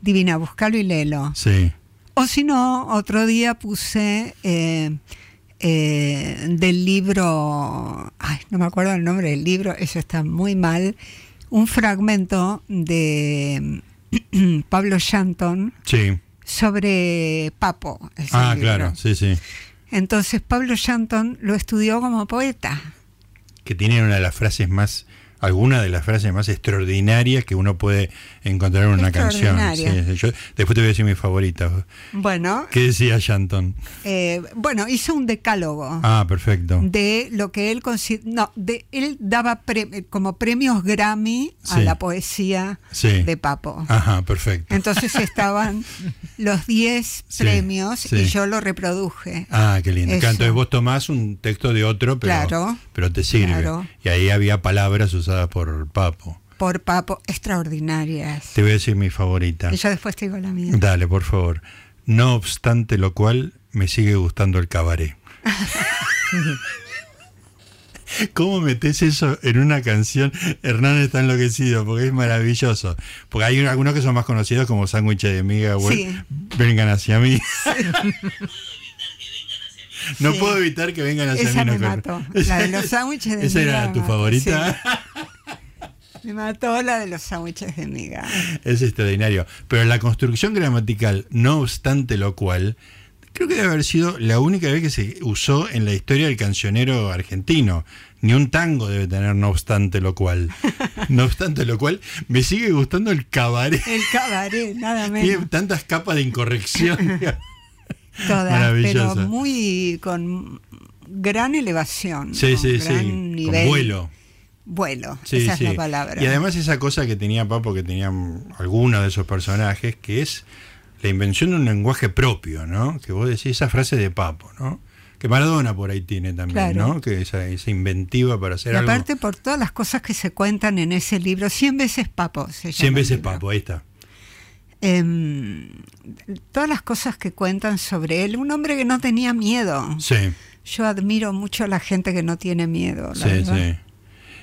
Speaker 2: divina, buscalo y léelo.
Speaker 1: Sí.
Speaker 2: O si no, otro día puse eh, eh, del libro, ay, no me acuerdo el nombre del libro, eso está muy mal, un fragmento de mm, *clears throat* Pablo Shanton
Speaker 1: Sí.
Speaker 2: sobre Papo. es el
Speaker 1: Ah,
Speaker 2: libro.
Speaker 1: claro. Sí, sí.
Speaker 2: Entonces Pablo Shanton lo estudió como poeta.
Speaker 1: Que tienen una de las frases más. Alguna de las frases más extraordinarias que uno puede encontrar en una canción. Sí,
Speaker 2: Extraordinaria.
Speaker 1: sí. Yo, después te voy a decir mis favoritas.
Speaker 2: Bueno,
Speaker 1: ¿Qué decía Shanton?
Speaker 2: eh, bueno hizo un decálogo.
Speaker 1: Ah, perfecto.
Speaker 2: de lo que él consi- no, de él daba pre- como premios Grammy a
Speaker 1: Sí.
Speaker 2: la poesía
Speaker 1: Sí.
Speaker 2: de Papo.
Speaker 1: Ajá, perfecto.
Speaker 2: Entonces
Speaker 1: *laughs*
Speaker 2: estaban los 10
Speaker 1: Sí,
Speaker 2: premios
Speaker 1: sí.
Speaker 2: y yo lo reproduje.
Speaker 1: Ah, qué lindo.
Speaker 2: Eso.
Speaker 1: Claro, Entonces vos tomás un texto de otro, pero,
Speaker 2: Claro.
Speaker 1: pero te sirve.
Speaker 2: Claro.
Speaker 1: Y ahí había palabras usadas por Papo.
Speaker 2: Por Papo, extraordinarias.
Speaker 1: Te voy a decir mi favorita.
Speaker 2: Y yo después te digo la mía.
Speaker 1: Dale, por favor. No obstante lo cual, me sigue gustando el
Speaker 2: *laughs*
Speaker 1: cabaret. ¿Cómo metes eso en una canción? Hernán está enloquecido porque es maravilloso. Porque hay algunos que son más conocidos como sándwich de miga, güey.
Speaker 2: Sí.
Speaker 1: Vengan hacia mí. No puedo evitar que vengan hacia
Speaker 2: Esa
Speaker 1: mí.
Speaker 2: me
Speaker 1: no
Speaker 2: mató.
Speaker 1: corre.
Speaker 2: La de los sándwiches de
Speaker 1: ¿Esa
Speaker 2: miga
Speaker 1: era
Speaker 2: me
Speaker 1: tu
Speaker 2: mató,
Speaker 1: favorita?
Speaker 2: Me mató la de los sándwiches de miga.
Speaker 1: este Es extraordinario. Pero la construcción gramatical, no obstante lo cual, Creo que debe haber sido la única vez que se usó en la historia del cancionero argentino. Ni un tango debe tener, no obstante lo cual. No obstante lo cual, me sigue gustando el cabaret.
Speaker 2: El cabaret, nada
Speaker 1: Tiene
Speaker 2: menos.
Speaker 1: tantas capas de
Speaker 2: *laughs*
Speaker 1: incorrección.
Speaker 2: Todas,
Speaker 1: maravillosa.
Speaker 2: pero muy con gran elevación.
Speaker 1: Sí,
Speaker 2: con
Speaker 1: sí,
Speaker 2: gran
Speaker 1: sí.
Speaker 2: Nivel.
Speaker 1: Con vuelo.
Speaker 2: Vuelo,
Speaker 1: Sí,
Speaker 2: esa
Speaker 1: sí.
Speaker 2: es la palabra.
Speaker 1: Y además esa cosa que tenía Papo, que tenían algunos de esos personajes, que es la invención de un lenguaje propio, ¿no? Que vos decís esa frase de Papo, ¿no? Que Maradona por ahí tiene también,
Speaker 2: Claro.
Speaker 1: ¿no? Que esa, esa inventiva para hacer
Speaker 2: Y
Speaker 1: algo.
Speaker 2: aparte por todas las cosas que se cuentan en ese libro, 100 veces papo. Se llama
Speaker 1: 100
Speaker 2: el
Speaker 1: veces
Speaker 2: libro.
Speaker 1: Papo, ahí está.
Speaker 2: Em, todas las cosas que cuentan sobre él, un hombre que no tenía miedo.
Speaker 1: Sí,
Speaker 2: Yo admiro mucho a la gente que no tiene miedo. la
Speaker 1: sí,
Speaker 2: verdad.
Speaker 1: sí.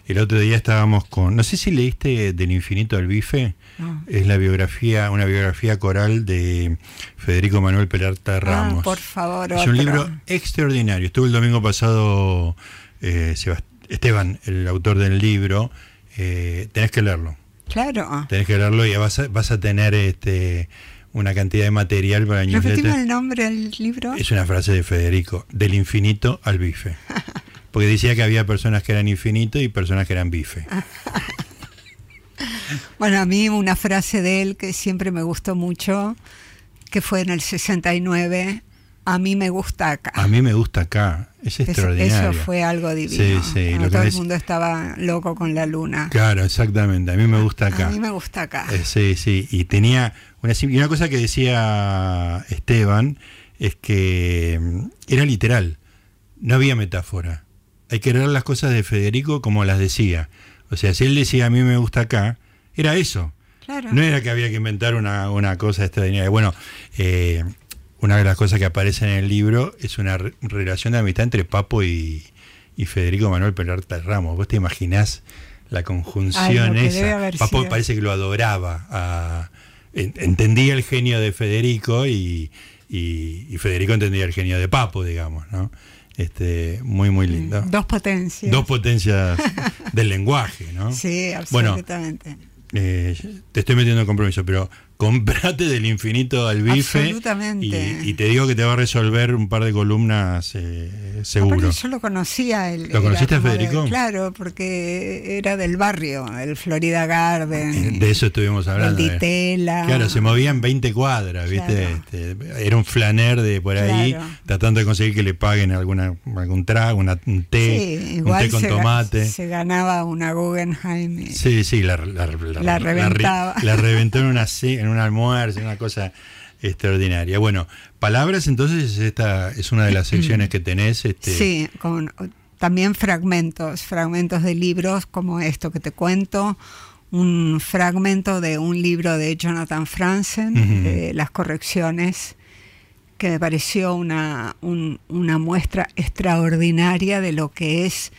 Speaker 1: El otro día estábamos con, no sé si leíste Del infinito al bife,
Speaker 2: No.
Speaker 1: es la biografía, una biografía coral de Federico Manuel Peralta Ramos.
Speaker 2: Ah, por favor,
Speaker 1: Es un
Speaker 2: otro.
Speaker 1: libro extraordinario. Estuvo el domingo pasado eh, Sebast- Esteban, el autor del libro. eh, tenés que leerlo.
Speaker 2: Claro.
Speaker 1: Tenés que leerlo y vas a, vas a tener este, una cantidad de material para la
Speaker 2: Repetimos
Speaker 1: newsletter.
Speaker 2: el nombre del libro.
Speaker 1: este Es una frase de Federico, del infinito al
Speaker 2: *laughs*
Speaker 1: bife. Porque decía que había personas que eran infinito y personas que eran bife.
Speaker 2: Bueno, a mí una frase de él que siempre me gustó mucho, que fue en el 69, a mí me gusta acá.
Speaker 1: A mí me gusta acá, es
Speaker 2: Eso-
Speaker 1: extraordinario.
Speaker 2: Eso fue algo divino.
Speaker 1: Sí, sí,
Speaker 2: Cuando
Speaker 1: lo que
Speaker 2: todo el
Speaker 1: me-
Speaker 2: mundo estaba loco con la luna.
Speaker 1: Claro, exactamente, a mí me gusta acá.
Speaker 2: A mí me gusta acá.
Speaker 1: Eh, sí, sí, y tenía una, sim- y una cosa que decía Esteban, es que mm, era literal, no había metáfora. Hay que leer las cosas de Federico como las decía. O sea, si él decía a mí me gusta acá, era eso.
Speaker 2: claro.
Speaker 1: No era que había que inventar una, una cosa extraordinaria. Bueno, eh, una de las cosas que aparece en el libro es una re- relación de amistad entre Papo y, y Federico Manuel Peralta Ramos. ¿Vos te imaginás la
Speaker 2: Ay,
Speaker 1: conjunción
Speaker 2: lo que debe
Speaker 1: esa?
Speaker 2: haber
Speaker 1: Papo
Speaker 2: sido.
Speaker 1: parece que lo adoraba. a- en- entendía el genio de Federico y, y- y Federico entendía el genio de Papo, digamos, ¿no? Este, muy, muy lindo.
Speaker 2: Dos potencias.
Speaker 1: Dos potencias del lenguaje, ¿no?
Speaker 2: Sí,
Speaker 1: Bueno,
Speaker 2: absolutamente.
Speaker 1: eh, te estoy metiendo en compromiso, pero comprate del infinito al bife.
Speaker 2: Absolutamente.
Speaker 1: Y, y te digo que te va a resolver un par de columnas eh, seguro.
Speaker 2: Aparte, yo lo conocía. él
Speaker 1: ¿Lo
Speaker 2: era
Speaker 1: conociste a
Speaker 2: como de-
Speaker 1: Federico?
Speaker 2: claro, porque era del barrio, el Florida
Speaker 1: Eh,
Speaker 2: Garden.
Speaker 1: De eso estuvimos
Speaker 2: el
Speaker 1: hablando. eh.
Speaker 2: Ditela.
Speaker 1: Claro, se movían 20 cuadras, ¿viste?
Speaker 2: Claro.
Speaker 1: Este, era un flaner de por ahí,
Speaker 2: Claro.
Speaker 1: tratando de conseguir que le paguen alguna, algún trago, una- un té,
Speaker 2: Sí,
Speaker 1: un
Speaker 2: igual
Speaker 1: té con
Speaker 2: se, ga-
Speaker 1: tomate.
Speaker 2: se ganaba una Guggenheim. eh. y-
Speaker 1: Sí, sí, la, la- la-
Speaker 2: La
Speaker 1: re-
Speaker 2: reventaba.
Speaker 1: La, reventó en, una, ce- en un almuerzo, en una cosa extraordinaria. Bueno, palabras entonces esta es una de las secciones que tenés. Este,
Speaker 2: Sí, con también fragmentos, fragmentos de libros como esto que te cuento, un fragmento de un libro de Jonathan Franzen,
Speaker 1: Ujú.
Speaker 2: de Las correcciones, que me pareció una, un- una muestra extraordinaria de lo que es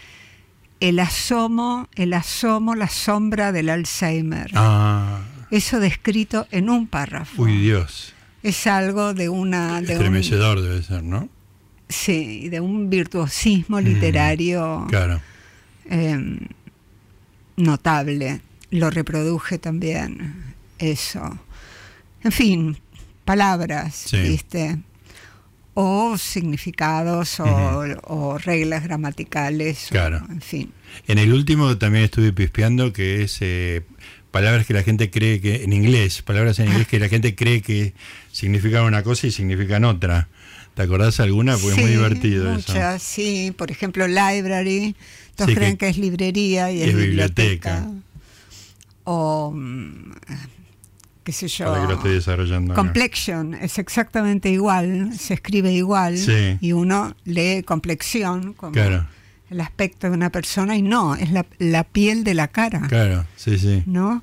Speaker 2: el asomo, el asomo, la sombra del Alzheimer.
Speaker 1: Ah,
Speaker 2: Eso descrito en un párrafo.
Speaker 1: uy Dios.
Speaker 2: Es algo de una... De un,
Speaker 1: Estremecedor debe ser, ¿no?
Speaker 2: sí, de un virtuosismo literario
Speaker 1: Claro.
Speaker 2: eh, notable. Lo reproduje también, eso. En fin, palabras,
Speaker 1: Sí.
Speaker 2: ¿viste? O significados o,
Speaker 1: Ujú.
Speaker 2: o reglas gramaticales. o-
Speaker 1: Claro.
Speaker 2: en fin.
Speaker 1: En el último también estuve pispeando que es eh, palabras que la gente cree que en inglés, palabras en inglés que la gente cree que significan una cosa y significan otra. ¿Te acordás alguna? Porque es muy
Speaker 2: Sí,
Speaker 1: divertido eso.
Speaker 2: muchas, Sí, por ejemplo, library. Todos
Speaker 1: Sí, que-
Speaker 2: creen que, es librería y
Speaker 1: es
Speaker 2: es,
Speaker 1: biblioteca.
Speaker 2: biblioteca. O, mm, qué sé yo.
Speaker 1: Ahora que lo estoy desarrollando. acá.
Speaker 2: Complexion es exactamente igual, se escribe igual
Speaker 1: Sí.
Speaker 2: y uno lee complexión como
Speaker 1: Claro.
Speaker 2: el aspecto de una persona y no, es la, la piel de la cara,
Speaker 1: Claro, sí, sí.
Speaker 2: ¿no?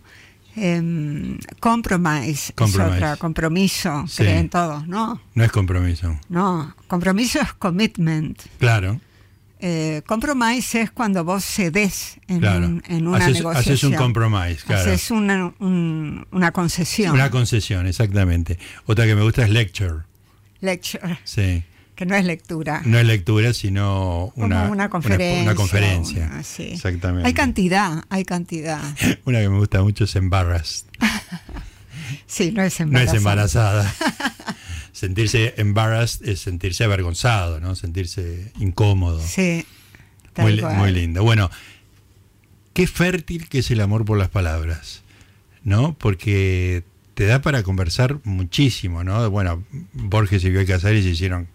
Speaker 2: Em, compromise,
Speaker 1: Compromise.
Speaker 2: es otra, compromiso,
Speaker 1: Sí.
Speaker 2: creen todos, ¿no?
Speaker 1: No es compromiso.
Speaker 2: No, compromiso es commitment.
Speaker 1: Claro.
Speaker 2: Eh, compromise es cuando vos cedes en,
Speaker 1: Claro.
Speaker 2: un- en una
Speaker 1: Haces-
Speaker 2: negociación.
Speaker 1: haces un compromise, claro.
Speaker 2: Haces una, un- una concesión.
Speaker 1: Una concesión, exactamente. Otra que me gusta es lecture.
Speaker 2: Lecture,
Speaker 1: Sí.
Speaker 2: que no es lectura.
Speaker 1: No es lectura, sino
Speaker 2: Como
Speaker 1: una,
Speaker 2: una, conferencia.
Speaker 1: Una, conferencia.
Speaker 2: una- sí.
Speaker 1: Exactamente.
Speaker 2: Hay cantidad, hay cantidad.
Speaker 1: Una que me gusta mucho es embarrassed.
Speaker 2: Sí, no es
Speaker 1: No es
Speaker 2: embarazada.
Speaker 1: embarazada. *laughs* sentirse embarrassed es sentirse avergonzado, ¿no? Sentirse incómodo.
Speaker 2: Sí. tal
Speaker 1: Muy, li-
Speaker 2: cual.
Speaker 1: muy lindo. Bueno, qué fértil que es el amor por las palabras, ¿no? Porque te da para conversar muchísimo, ¿no? Bueno, Borges y Bioy Casares hicieron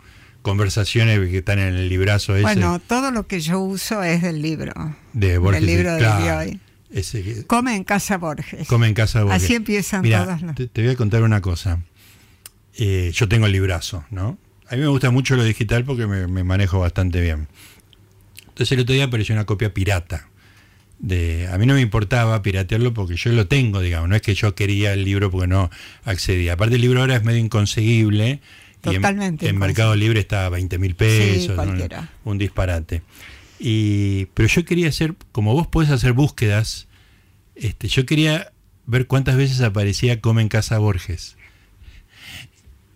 Speaker 1: conversaciones que están en el librazo ese
Speaker 2: Bueno, todo lo que yo uso es del libro.
Speaker 1: de Borges. y-
Speaker 2: libro de
Speaker 1: claro,
Speaker 2: Bioy.
Speaker 1: Ese que
Speaker 2: Come en casa Borges.
Speaker 1: come en casa de Borges.
Speaker 2: Así empiezan
Speaker 1: Mirá,
Speaker 2: todas las.
Speaker 1: Te, te voy a contar una cosa. Eh, yo tengo el librazo, ¿no? A mí me gusta mucho lo digital porque me, me manejo bastante bien. Entonces el otro día apareció una copia pirata. De, a mí no me importaba piratearlo porque yo lo tengo, digamos. No es que yo quería el libro porque no accedía. Aparte el libro ahora es medio inconseguible. y en-
Speaker 2: Totalmente
Speaker 1: En,
Speaker 2: inconseguible.
Speaker 1: Mercado Libre está a 20 mil pesos. ¿no?
Speaker 2: cualquiera.
Speaker 1: un disparate. Y, pero yo quería hacer, como vos podés hacer búsquedas, este, yo quería ver cuántas veces aparecía Come en Casa Borges.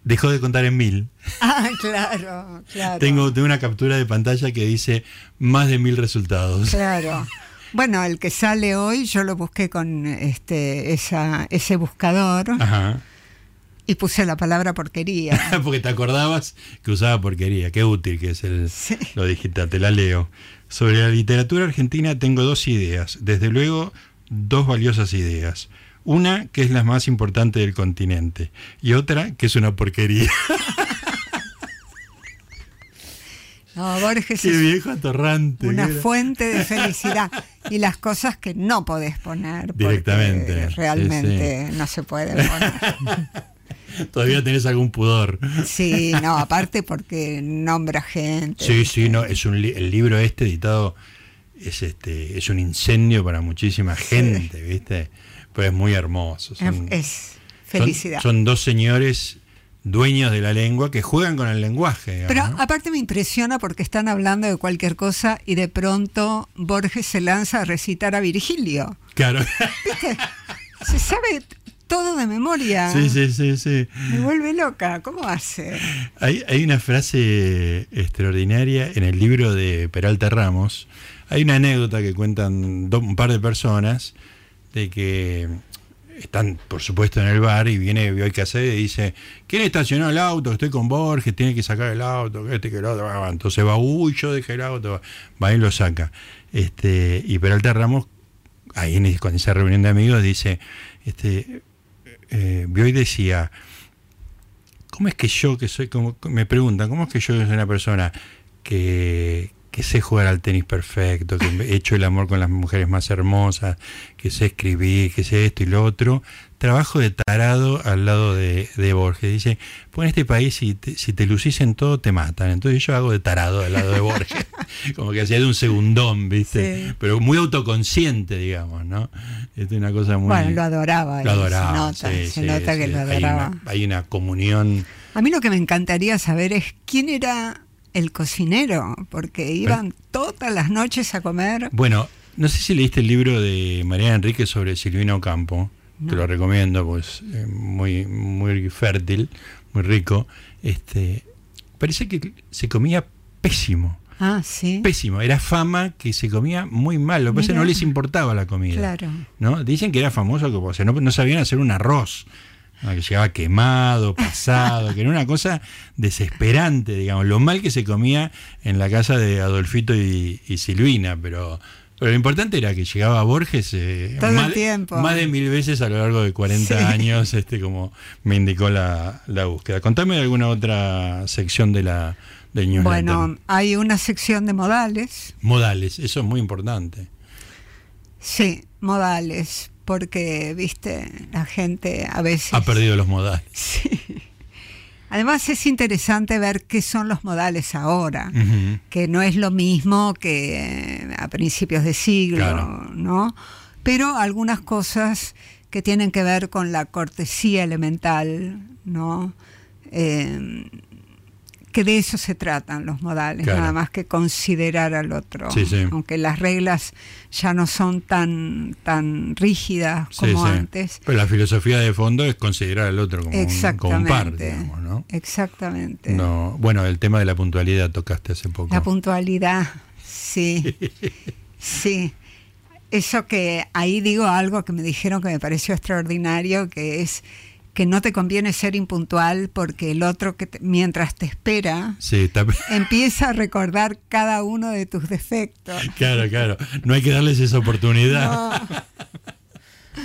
Speaker 1: Dejó de contar en mil.
Speaker 2: *laughs* Ah, claro, claro.
Speaker 1: Tengo, tengo una captura de pantalla que dice más de mil resultados.
Speaker 2: Claro. Bueno, el que sale hoy yo lo busqué con este esa, ese buscador
Speaker 1: *laughs* Ajá. *laughs*
Speaker 2: y puse la palabra porquería. *laughs*
Speaker 1: Porque te acordabas que usaba porquería. Qué útil que es el,
Speaker 2: Sí.
Speaker 1: lo digital. Te la leo. Sobre la literatura argentina tengo dos ideas. Desde luego, dos valiosas ideas. Una que es la más importante del continente y otra que es una
Speaker 2: *laughs*
Speaker 1: porquería.
Speaker 2: No, Borges
Speaker 1: Qué
Speaker 2: es
Speaker 1: viejo atorrante.
Speaker 2: una
Speaker 1: que era.
Speaker 2: fuente de felicidad y las cosas que no podés poner porque
Speaker 1: Directamente, sí,
Speaker 2: realmente no se puede poner.
Speaker 1: Todavía tenés algún pudor.
Speaker 2: Sí, no, aparte porque nombra gente.
Speaker 1: Sí, sí, no, es un li- el libro este editado es este es un incendio para muchísima gente, ¿viste? Pero es muy hermoso.
Speaker 2: Es,
Speaker 1: son-
Speaker 2: es
Speaker 1: son-
Speaker 2: felicidad.
Speaker 1: Son, dos señores dueños de la lengua que juegan con el lenguaje. digamos,
Speaker 2: Pero
Speaker 1: ¿no?
Speaker 2: aparte me impresiona porque están hablando de cualquier cosa y de pronto Borges se lanza a recitar a Virgilio.
Speaker 1: Claro.
Speaker 2: Se sabe t- todo de memoria.
Speaker 1: sí, sí, sí, sí.
Speaker 2: Me vuelve loca. ¿Cómo hace?
Speaker 1: Hay, hay una frase eh, extraordinaria en el libro de Peralta Ramos. Hay una anécdota que cuentan do- un par de personas de que están, por supuesto, en el bar y viene Bioy Cassé y dice: ¿Quién estacionó el auto? Estoy con Borges, tiene que sacar el auto, que este, que el otro. Ah, Entonces va, uy, yo dejé el auto. Va y lo saca. Este, y Peralta Ramos, ahí en, con esa reunión de amigos, dice: este, eh, Bioy decía. ¿Cómo es que yo, que soy como, me preguntan, ¿cómo es que yo soy una persona que, que sé jugar al tenis perfecto, que he hecho el amor con las mujeres más hermosas, que sé escribir, que sé esto y lo otro? Trabajo de tarado al lado de, de Borges. Dice, pues en este país si te, si te lucís en todo te matan. Entonces yo hago de tarado al lado de Borges. *laughs* Como que hacía de un segundón, ¿viste?
Speaker 2: Sí.
Speaker 1: Pero muy autoconsciente, digamos, ¿no? Es una cosa muy...
Speaker 2: Bueno, lo adoraba.
Speaker 1: lo
Speaker 2: él,
Speaker 1: adoraba,
Speaker 2: Se nota,
Speaker 1: sí, sí,
Speaker 2: se nota que
Speaker 1: sí.
Speaker 2: lo
Speaker 1: Hay una-
Speaker 2: adoraba.
Speaker 1: hay una comunión
Speaker 2: A mí lo que me encantaría saber es quién era el cocinero, porque
Speaker 1: Eh.
Speaker 2: iban todas las noches a comer.
Speaker 1: Bueno, no sé si leíste el libro de María Enrique sobre Silvino Campo. Te lo recomiendo, pues eh, muy, muy fértil, muy rico. Este, parece que se comía pésimo,
Speaker 2: Ah, sí.
Speaker 1: pésimo. Era fama que se comía muy mal. Lo que pasa es que no
Speaker 2: Mirá.
Speaker 1: les importaba la comida.
Speaker 2: Claro.
Speaker 1: ¿no? Dicen que era famoso, que, o sea, no, no sabían hacer un arroz. ¿no? Que llegaba quemado, pasado, que era una cosa desesperante, digamos, lo mal que se comía en la casa de Adolfito y, y Silvina, pero, pero lo importante era que llegaba Borges eh,
Speaker 2: Todo el
Speaker 1: más,
Speaker 2: tiempo.
Speaker 1: más de mil veces a lo largo de 40
Speaker 2: Sí.
Speaker 1: años, este como me indicó la, la búsqueda. Contame de alguna otra sección de la del newsletter.
Speaker 2: Bueno, hay una sección de modales.
Speaker 1: Modales, eso es muy importante.
Speaker 2: Sí, modales, porque, viste, la gente a veces...
Speaker 1: Ha perdido los modales.
Speaker 2: *laughs* Sí. Además es interesante ver qué son los modales ahora,
Speaker 1: Ujú.
Speaker 2: que no es lo mismo que eh, a principios de siglo,
Speaker 1: Claro.
Speaker 2: ¿no? Pero algunas cosas que tienen que ver con la cortesía elemental, ¿no? Eh, que de eso se tratan los modales,
Speaker 1: Claro.
Speaker 2: nada más que considerar al otro.
Speaker 1: Sí, sí.
Speaker 2: Aunque las reglas ya no son tan, tan rígidas
Speaker 1: Sí,
Speaker 2: como
Speaker 1: sí.
Speaker 2: antes.
Speaker 1: Pero la filosofía de fondo es considerar al otro como, un, como un par,
Speaker 2: Exactamente.
Speaker 1: digamos, ¿no?
Speaker 2: Exactamente.
Speaker 1: No, bueno, el tema de la puntualidad tocaste hace poco.
Speaker 2: La puntualidad, sí. sí. Eso que ahí digo algo que me dijeron que me pareció extraordinario, que es que no te conviene ser impuntual porque el otro que te- mientras te espera
Speaker 1: Sí, está-
Speaker 2: empieza a recordar cada uno de tus defectos.
Speaker 1: *laughs* claro, claro. No hay que darles esa oportunidad.
Speaker 2: Oh.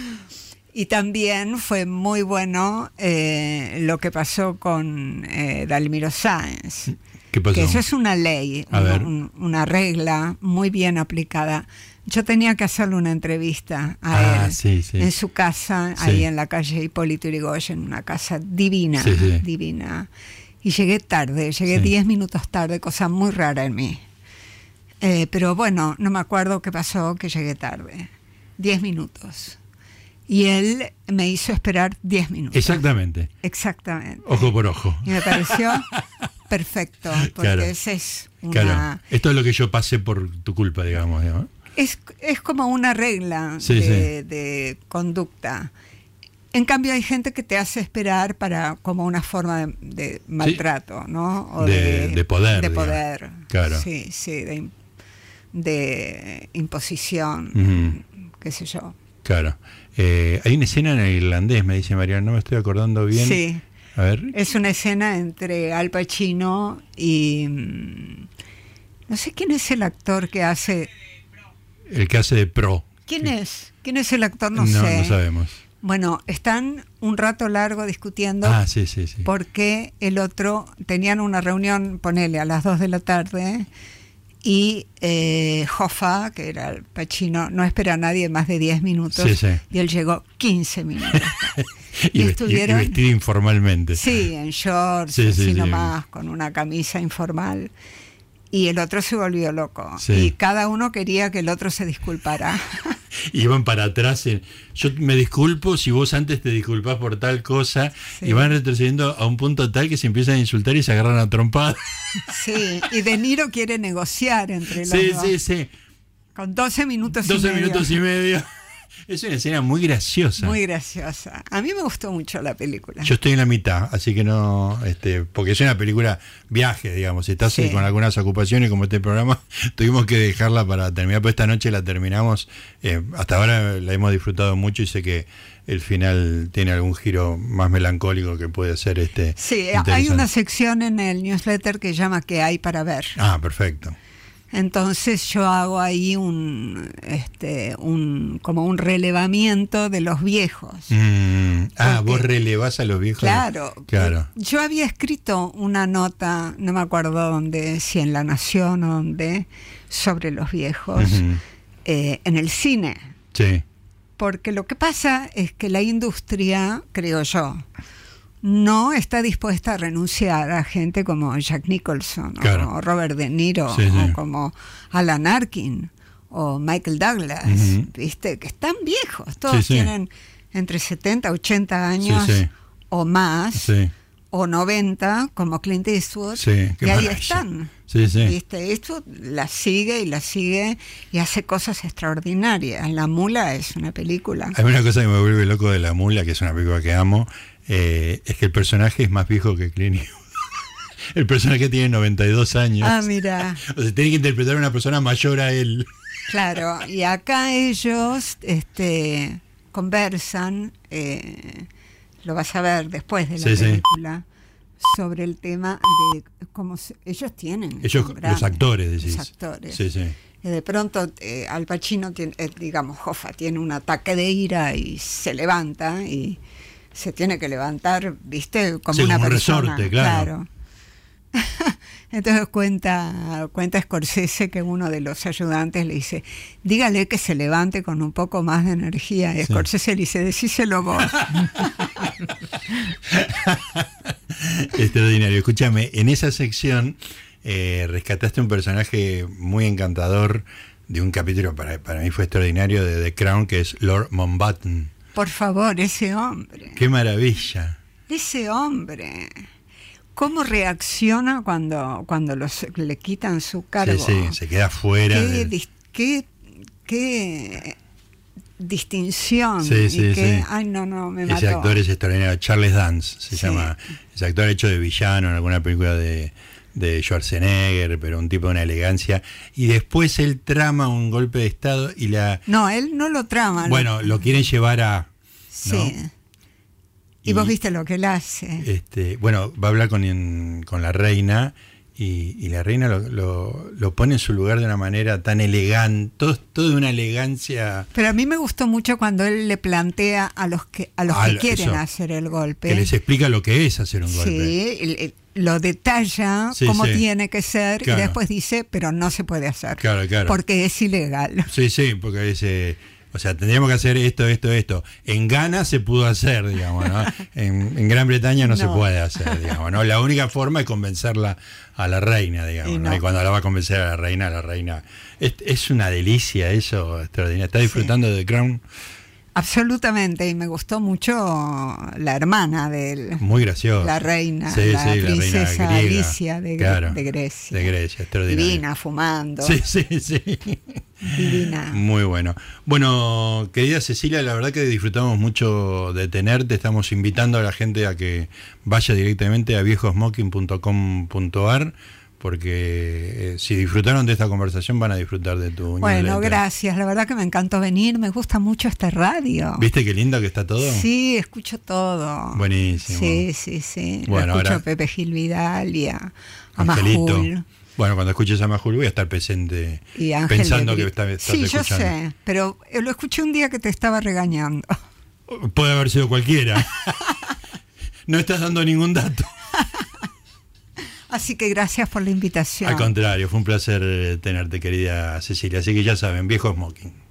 Speaker 2: Y también fue muy bueno eh, lo que pasó con eh, Dalmiro Sáenz.
Speaker 1: ¿Qué pasó?
Speaker 2: Que eso es una ley,
Speaker 1: Pues A
Speaker 2: un-
Speaker 1: ver.
Speaker 2: un- una regla muy bien aplicada. Yo tenía que hacerle una entrevista a
Speaker 1: Ah,
Speaker 2: él
Speaker 1: sí, sí.
Speaker 2: en su casa, ahí
Speaker 1: Sí.
Speaker 2: en la calle Hipólito Yrigoyen, una casa divina,
Speaker 1: Sí, sí.
Speaker 2: divina. Y llegué tarde, llegué
Speaker 1: Sí.
Speaker 2: 10 minutos tarde, cosa muy rara en mí. Eh, pero bueno, no me acuerdo qué pasó, que llegué tarde. 10 minutos. Y él me hizo esperar 10 minutos.
Speaker 1: Exactamente.
Speaker 2: Exactamente.
Speaker 1: Ojo por ojo.
Speaker 2: Y me
Speaker 1: *laughs*
Speaker 2: pareció perfecto, porque
Speaker 1: Claro.
Speaker 2: esa es una...
Speaker 1: Claro. Esto es lo que yo pasé por tu culpa, digamos. digamos.
Speaker 2: Es, es como una regla
Speaker 1: Sí,
Speaker 2: de, de conducta. En cambio hay gente que te hace esperar para como una forma de, de maltrato, ¿no?
Speaker 1: De- de poder,
Speaker 2: De
Speaker 1: digamos.
Speaker 2: poder.
Speaker 1: Claro.
Speaker 2: Sí, sí, de, im- de imposición,
Speaker 1: Ujú.
Speaker 2: qué sé yo.
Speaker 1: Claro. Eh, hay una escena en el irlandés, me dice Mariana, no me estoy acordando bien.
Speaker 2: Sí.
Speaker 1: A ver.
Speaker 2: Es una escena entre Al Pacino y... mm, No sé quién es el actor que hace...
Speaker 1: El que hace de pro.
Speaker 2: ¿Quién es? ¿Quién es el actor? No,
Speaker 1: No,
Speaker 2: sé.
Speaker 1: no sabemos.
Speaker 2: Bueno, están un rato largo discutiendo
Speaker 1: Ah, sí, sí, sí.
Speaker 2: porque el otro tenían una reunión, ponele, a las 2 de la tarde y eh, Hoffa, que era el Pachino, no espera a nadie más de 10 minutos
Speaker 1: Sí, sí.
Speaker 2: y él llegó
Speaker 1: *laughs*
Speaker 2: 15 minutos.
Speaker 1: Y,
Speaker 2: y
Speaker 1: vesti- y
Speaker 2: estuvieron-
Speaker 1: vestido informalmente.
Speaker 2: sí, en shorts,
Speaker 1: Sí, sí,
Speaker 2: así
Speaker 1: sí.
Speaker 2: nomás, con una camisa informal. Y el otro se volvió loco.
Speaker 1: Sí.
Speaker 2: Y cada uno quería que el otro se disculpara. *laughs*
Speaker 1: *laughs* Y van para atrás. en- yo me disculpo si vos antes te disculpás por tal cosa.
Speaker 2: Sí.
Speaker 1: Y van retrocediendo a un punto tal que se empiezan a insultar y se agarran a trompadas.
Speaker 2: sí, y De Niro quiere
Speaker 1: *laughs*
Speaker 2: negociar entre los
Speaker 1: Sí,
Speaker 2: dos.
Speaker 1: sí, sí.
Speaker 2: Con 12 minutos
Speaker 1: 12
Speaker 2: y medio.
Speaker 1: minutos y medio. *laughs* Es una escena muy graciosa.
Speaker 2: Muy graciosa. A mí me gustó mucho la película.
Speaker 1: Yo estoy en la mitad, así que no, este, porque es una película viaje, digamos. Si estás
Speaker 2: Sí.
Speaker 1: con algunas ocupaciones como este programa, *laughs* tuvimos que dejarla para terminar, pero esta noche la terminamos. Eh, hasta ahora la hemos disfrutado mucho y sé que el final tiene algún giro más melancólico que puede ser este.
Speaker 2: sí, hay
Speaker 1: interesante.
Speaker 2: una sección en el newsletter que llama ¿Qué hay para ver?
Speaker 1: Ah, perfecto.
Speaker 2: Entonces yo hago ahí un, este, un como un relevamiento de los viejos.
Speaker 1: Mm, ah,
Speaker 2: Porque-
Speaker 1: vos relevás a los viejos.
Speaker 2: Claro, eh,
Speaker 1: Claro.
Speaker 2: Yo había escrito una nota, no me acuerdo dónde, si en La Nación o dónde, sobre los viejos
Speaker 1: Ujú.
Speaker 2: eh, en el cine.
Speaker 1: Sí,
Speaker 2: Porque lo que pasa es que la industria, creo yo, no está dispuesta a renunciar a gente como Jack Nicholson o
Speaker 1: Claro.
Speaker 2: como Robert De Niro
Speaker 1: Sí, sí.
Speaker 2: o como Alan Arkin o Michael Douglas,
Speaker 1: Ujú.
Speaker 2: ¿viste? Que están viejos, todos
Speaker 1: Sí, sí.
Speaker 2: tienen entre 70, 80 años
Speaker 1: sí.
Speaker 2: o más
Speaker 1: sí,
Speaker 2: o 90 como Clint Eastwood
Speaker 1: sí. qué
Speaker 2: y ahí
Speaker 1: maravilla.
Speaker 2: están.
Speaker 1: Sí, sí.
Speaker 2: ¿Viste? Esto la sigue y la sigue y hace cosas extraordinarias. La mula es una película.
Speaker 1: Hay una cosa que me vuelve loco de La Mula, que es una película que amo, eh, es que el personaje es más viejo que Clint Eastwood. *laughs* El personaje tiene 92 años.
Speaker 2: Ah, mira,
Speaker 1: O sea, tiene que interpretar a una persona mayor a
Speaker 2: *laughs*
Speaker 1: él.
Speaker 2: claro. Y acá ellos este, conversan, eh, lo vas a ver después de la
Speaker 1: Sí, sí.
Speaker 2: película, sobre el tema de cómo se- ellos tienen.
Speaker 1: Ellos,
Speaker 2: son
Speaker 1: los
Speaker 2: grandes,
Speaker 1: actores, decís.
Speaker 2: Los actores.
Speaker 1: Sí, sí. *laughs*
Speaker 2: Y de pronto eh, Al Pacino, tiene, eh, digamos, Jofa tiene un ataque de ira y se levanta y se tiene que levantar, ¿viste? Como
Speaker 1: Sí,
Speaker 2: una
Speaker 1: como un
Speaker 2: persona.
Speaker 1: resorte, claro.
Speaker 2: claro. *laughs* Entonces cuenta, cuenta Scorsese que uno de los ayudantes le dice, dígale que se levante con un poco más de energía.
Speaker 1: Sí.
Speaker 2: Y Scorsese le dice, decíselo
Speaker 1: *laughs*
Speaker 2: vos.
Speaker 1: Extraordinario. Escúchame, en esa sección eh, rescataste un personaje muy encantador de un capítulo, para, para mí fue extraordinario, de The Crown, que es Lord Mountbatten.
Speaker 2: Por favor, ese hombre.
Speaker 1: ¡Qué maravilla!
Speaker 2: Ese hombre, ¿cómo reacciona cuando, cuando los, le quitan su cargo?
Speaker 1: Sí, sí, se queda fuera.
Speaker 2: qué,
Speaker 1: del-
Speaker 2: dis- qué- qué distinción.
Speaker 1: Sí,
Speaker 2: y
Speaker 1: sí,
Speaker 2: qué-
Speaker 1: sí.
Speaker 2: Ay, no, no, me
Speaker 1: Ese
Speaker 2: mató.
Speaker 1: actor es extraordinario, Charles Dance se
Speaker 2: Sí.
Speaker 1: llama. Ese actor hecho de villano en alguna película de, de Schwarzenegger, pero un tipo de una elegancia. Y después él trama un golpe de estado y la.
Speaker 2: No, él no lo trama. lo-
Speaker 1: Bueno, lo quieren llevar a.
Speaker 2: sí. Y, vos viste lo que él hace.
Speaker 1: Este, bueno, va a hablar con, en- con la reina y, y la reina lo, lo- lo pone en su lugar de una manera tan elegante, todo, todo de una elegancia
Speaker 2: Pero a mí me gustó mucho cuando él le plantea a los que, a los
Speaker 1: Ah,
Speaker 2: que
Speaker 1: lo-
Speaker 2: quieren
Speaker 1: eso.
Speaker 2: hacer el golpe.
Speaker 1: que les explica lo que es hacer un golpe.
Speaker 2: Sí, el- el- lo detalla
Speaker 1: Sí,
Speaker 2: cómo
Speaker 1: sí.
Speaker 2: tiene que ser
Speaker 1: Claro.
Speaker 2: y después dice, pero no se puede hacer.
Speaker 1: Claro, claro.
Speaker 2: Porque es ilegal.
Speaker 1: Sí, sí, porque dice, o sea, tendríamos que hacer esto, esto, esto. En Ghana se pudo hacer, digamos,
Speaker 2: *laughs*
Speaker 1: ¿no? En, en Gran Bretaña no, se
Speaker 2: No.
Speaker 1: puede hacer, digamos, ¿no? La única forma es convencerla a la reina, digamos,
Speaker 2: Y
Speaker 1: ¿no?
Speaker 2: no.
Speaker 1: Y cuando la va a convencer a la reina, a la reina. Es, es una delicia eso, extraordinario. Está disfrutando de Crown,
Speaker 2: Absolutamente. Y me gustó mucho la hermana de él.
Speaker 1: muy gracioso.
Speaker 2: La reina,
Speaker 1: Sí,
Speaker 2: la
Speaker 1: sí, la reina
Speaker 2: princesa
Speaker 1: griega.
Speaker 2: Alicia de, Gre-
Speaker 1: Claro,
Speaker 2: de Grecia.
Speaker 1: De Grecia, extraordinario.
Speaker 2: Divina, fumando.
Speaker 1: Sí, sí,
Speaker 2: *laughs*
Speaker 1: sí.
Speaker 2: Divina.
Speaker 1: Muy bueno. Bueno, querida Cecilia, la verdad que disfrutamos mucho de tenerte. Estamos invitando a la gente a que vaya directamente a viejosmocking.com.ar porque eh, si disfrutaron de esta conversación van a disfrutar de tu
Speaker 2: Bueno,
Speaker 1: newsletter.
Speaker 2: gracias. La verdad que me encantó venir. Me gusta mucho esta radio.
Speaker 1: ¿Viste qué lindo que está todo?
Speaker 2: Sí, escucho todo.
Speaker 1: Buenísimo.
Speaker 2: Sí, sí, sí. Lo
Speaker 1: Bueno,
Speaker 2: escucho
Speaker 1: ahora-
Speaker 2: a Pepe Gil Vidal y a, a
Speaker 1: Angelito.
Speaker 2: Majul
Speaker 1: Bueno, cuando escuches a Majul voy a estar presente
Speaker 2: y a Ángel
Speaker 1: pensando
Speaker 2: de
Speaker 1: que
Speaker 2: Bri-
Speaker 1: está- estás
Speaker 2: Sí, yo
Speaker 1: escuchando.
Speaker 2: sé, pero eh, lo escuché un día que te estaba regañando. *laughs*
Speaker 1: Puede haber sido cualquiera. no estás dando ningún dato.
Speaker 2: Así que gracias por la invitación.
Speaker 1: Al contrario, fue un placer eh, tenerte, querida Cecilia. Así que ya saben, viejo smoking.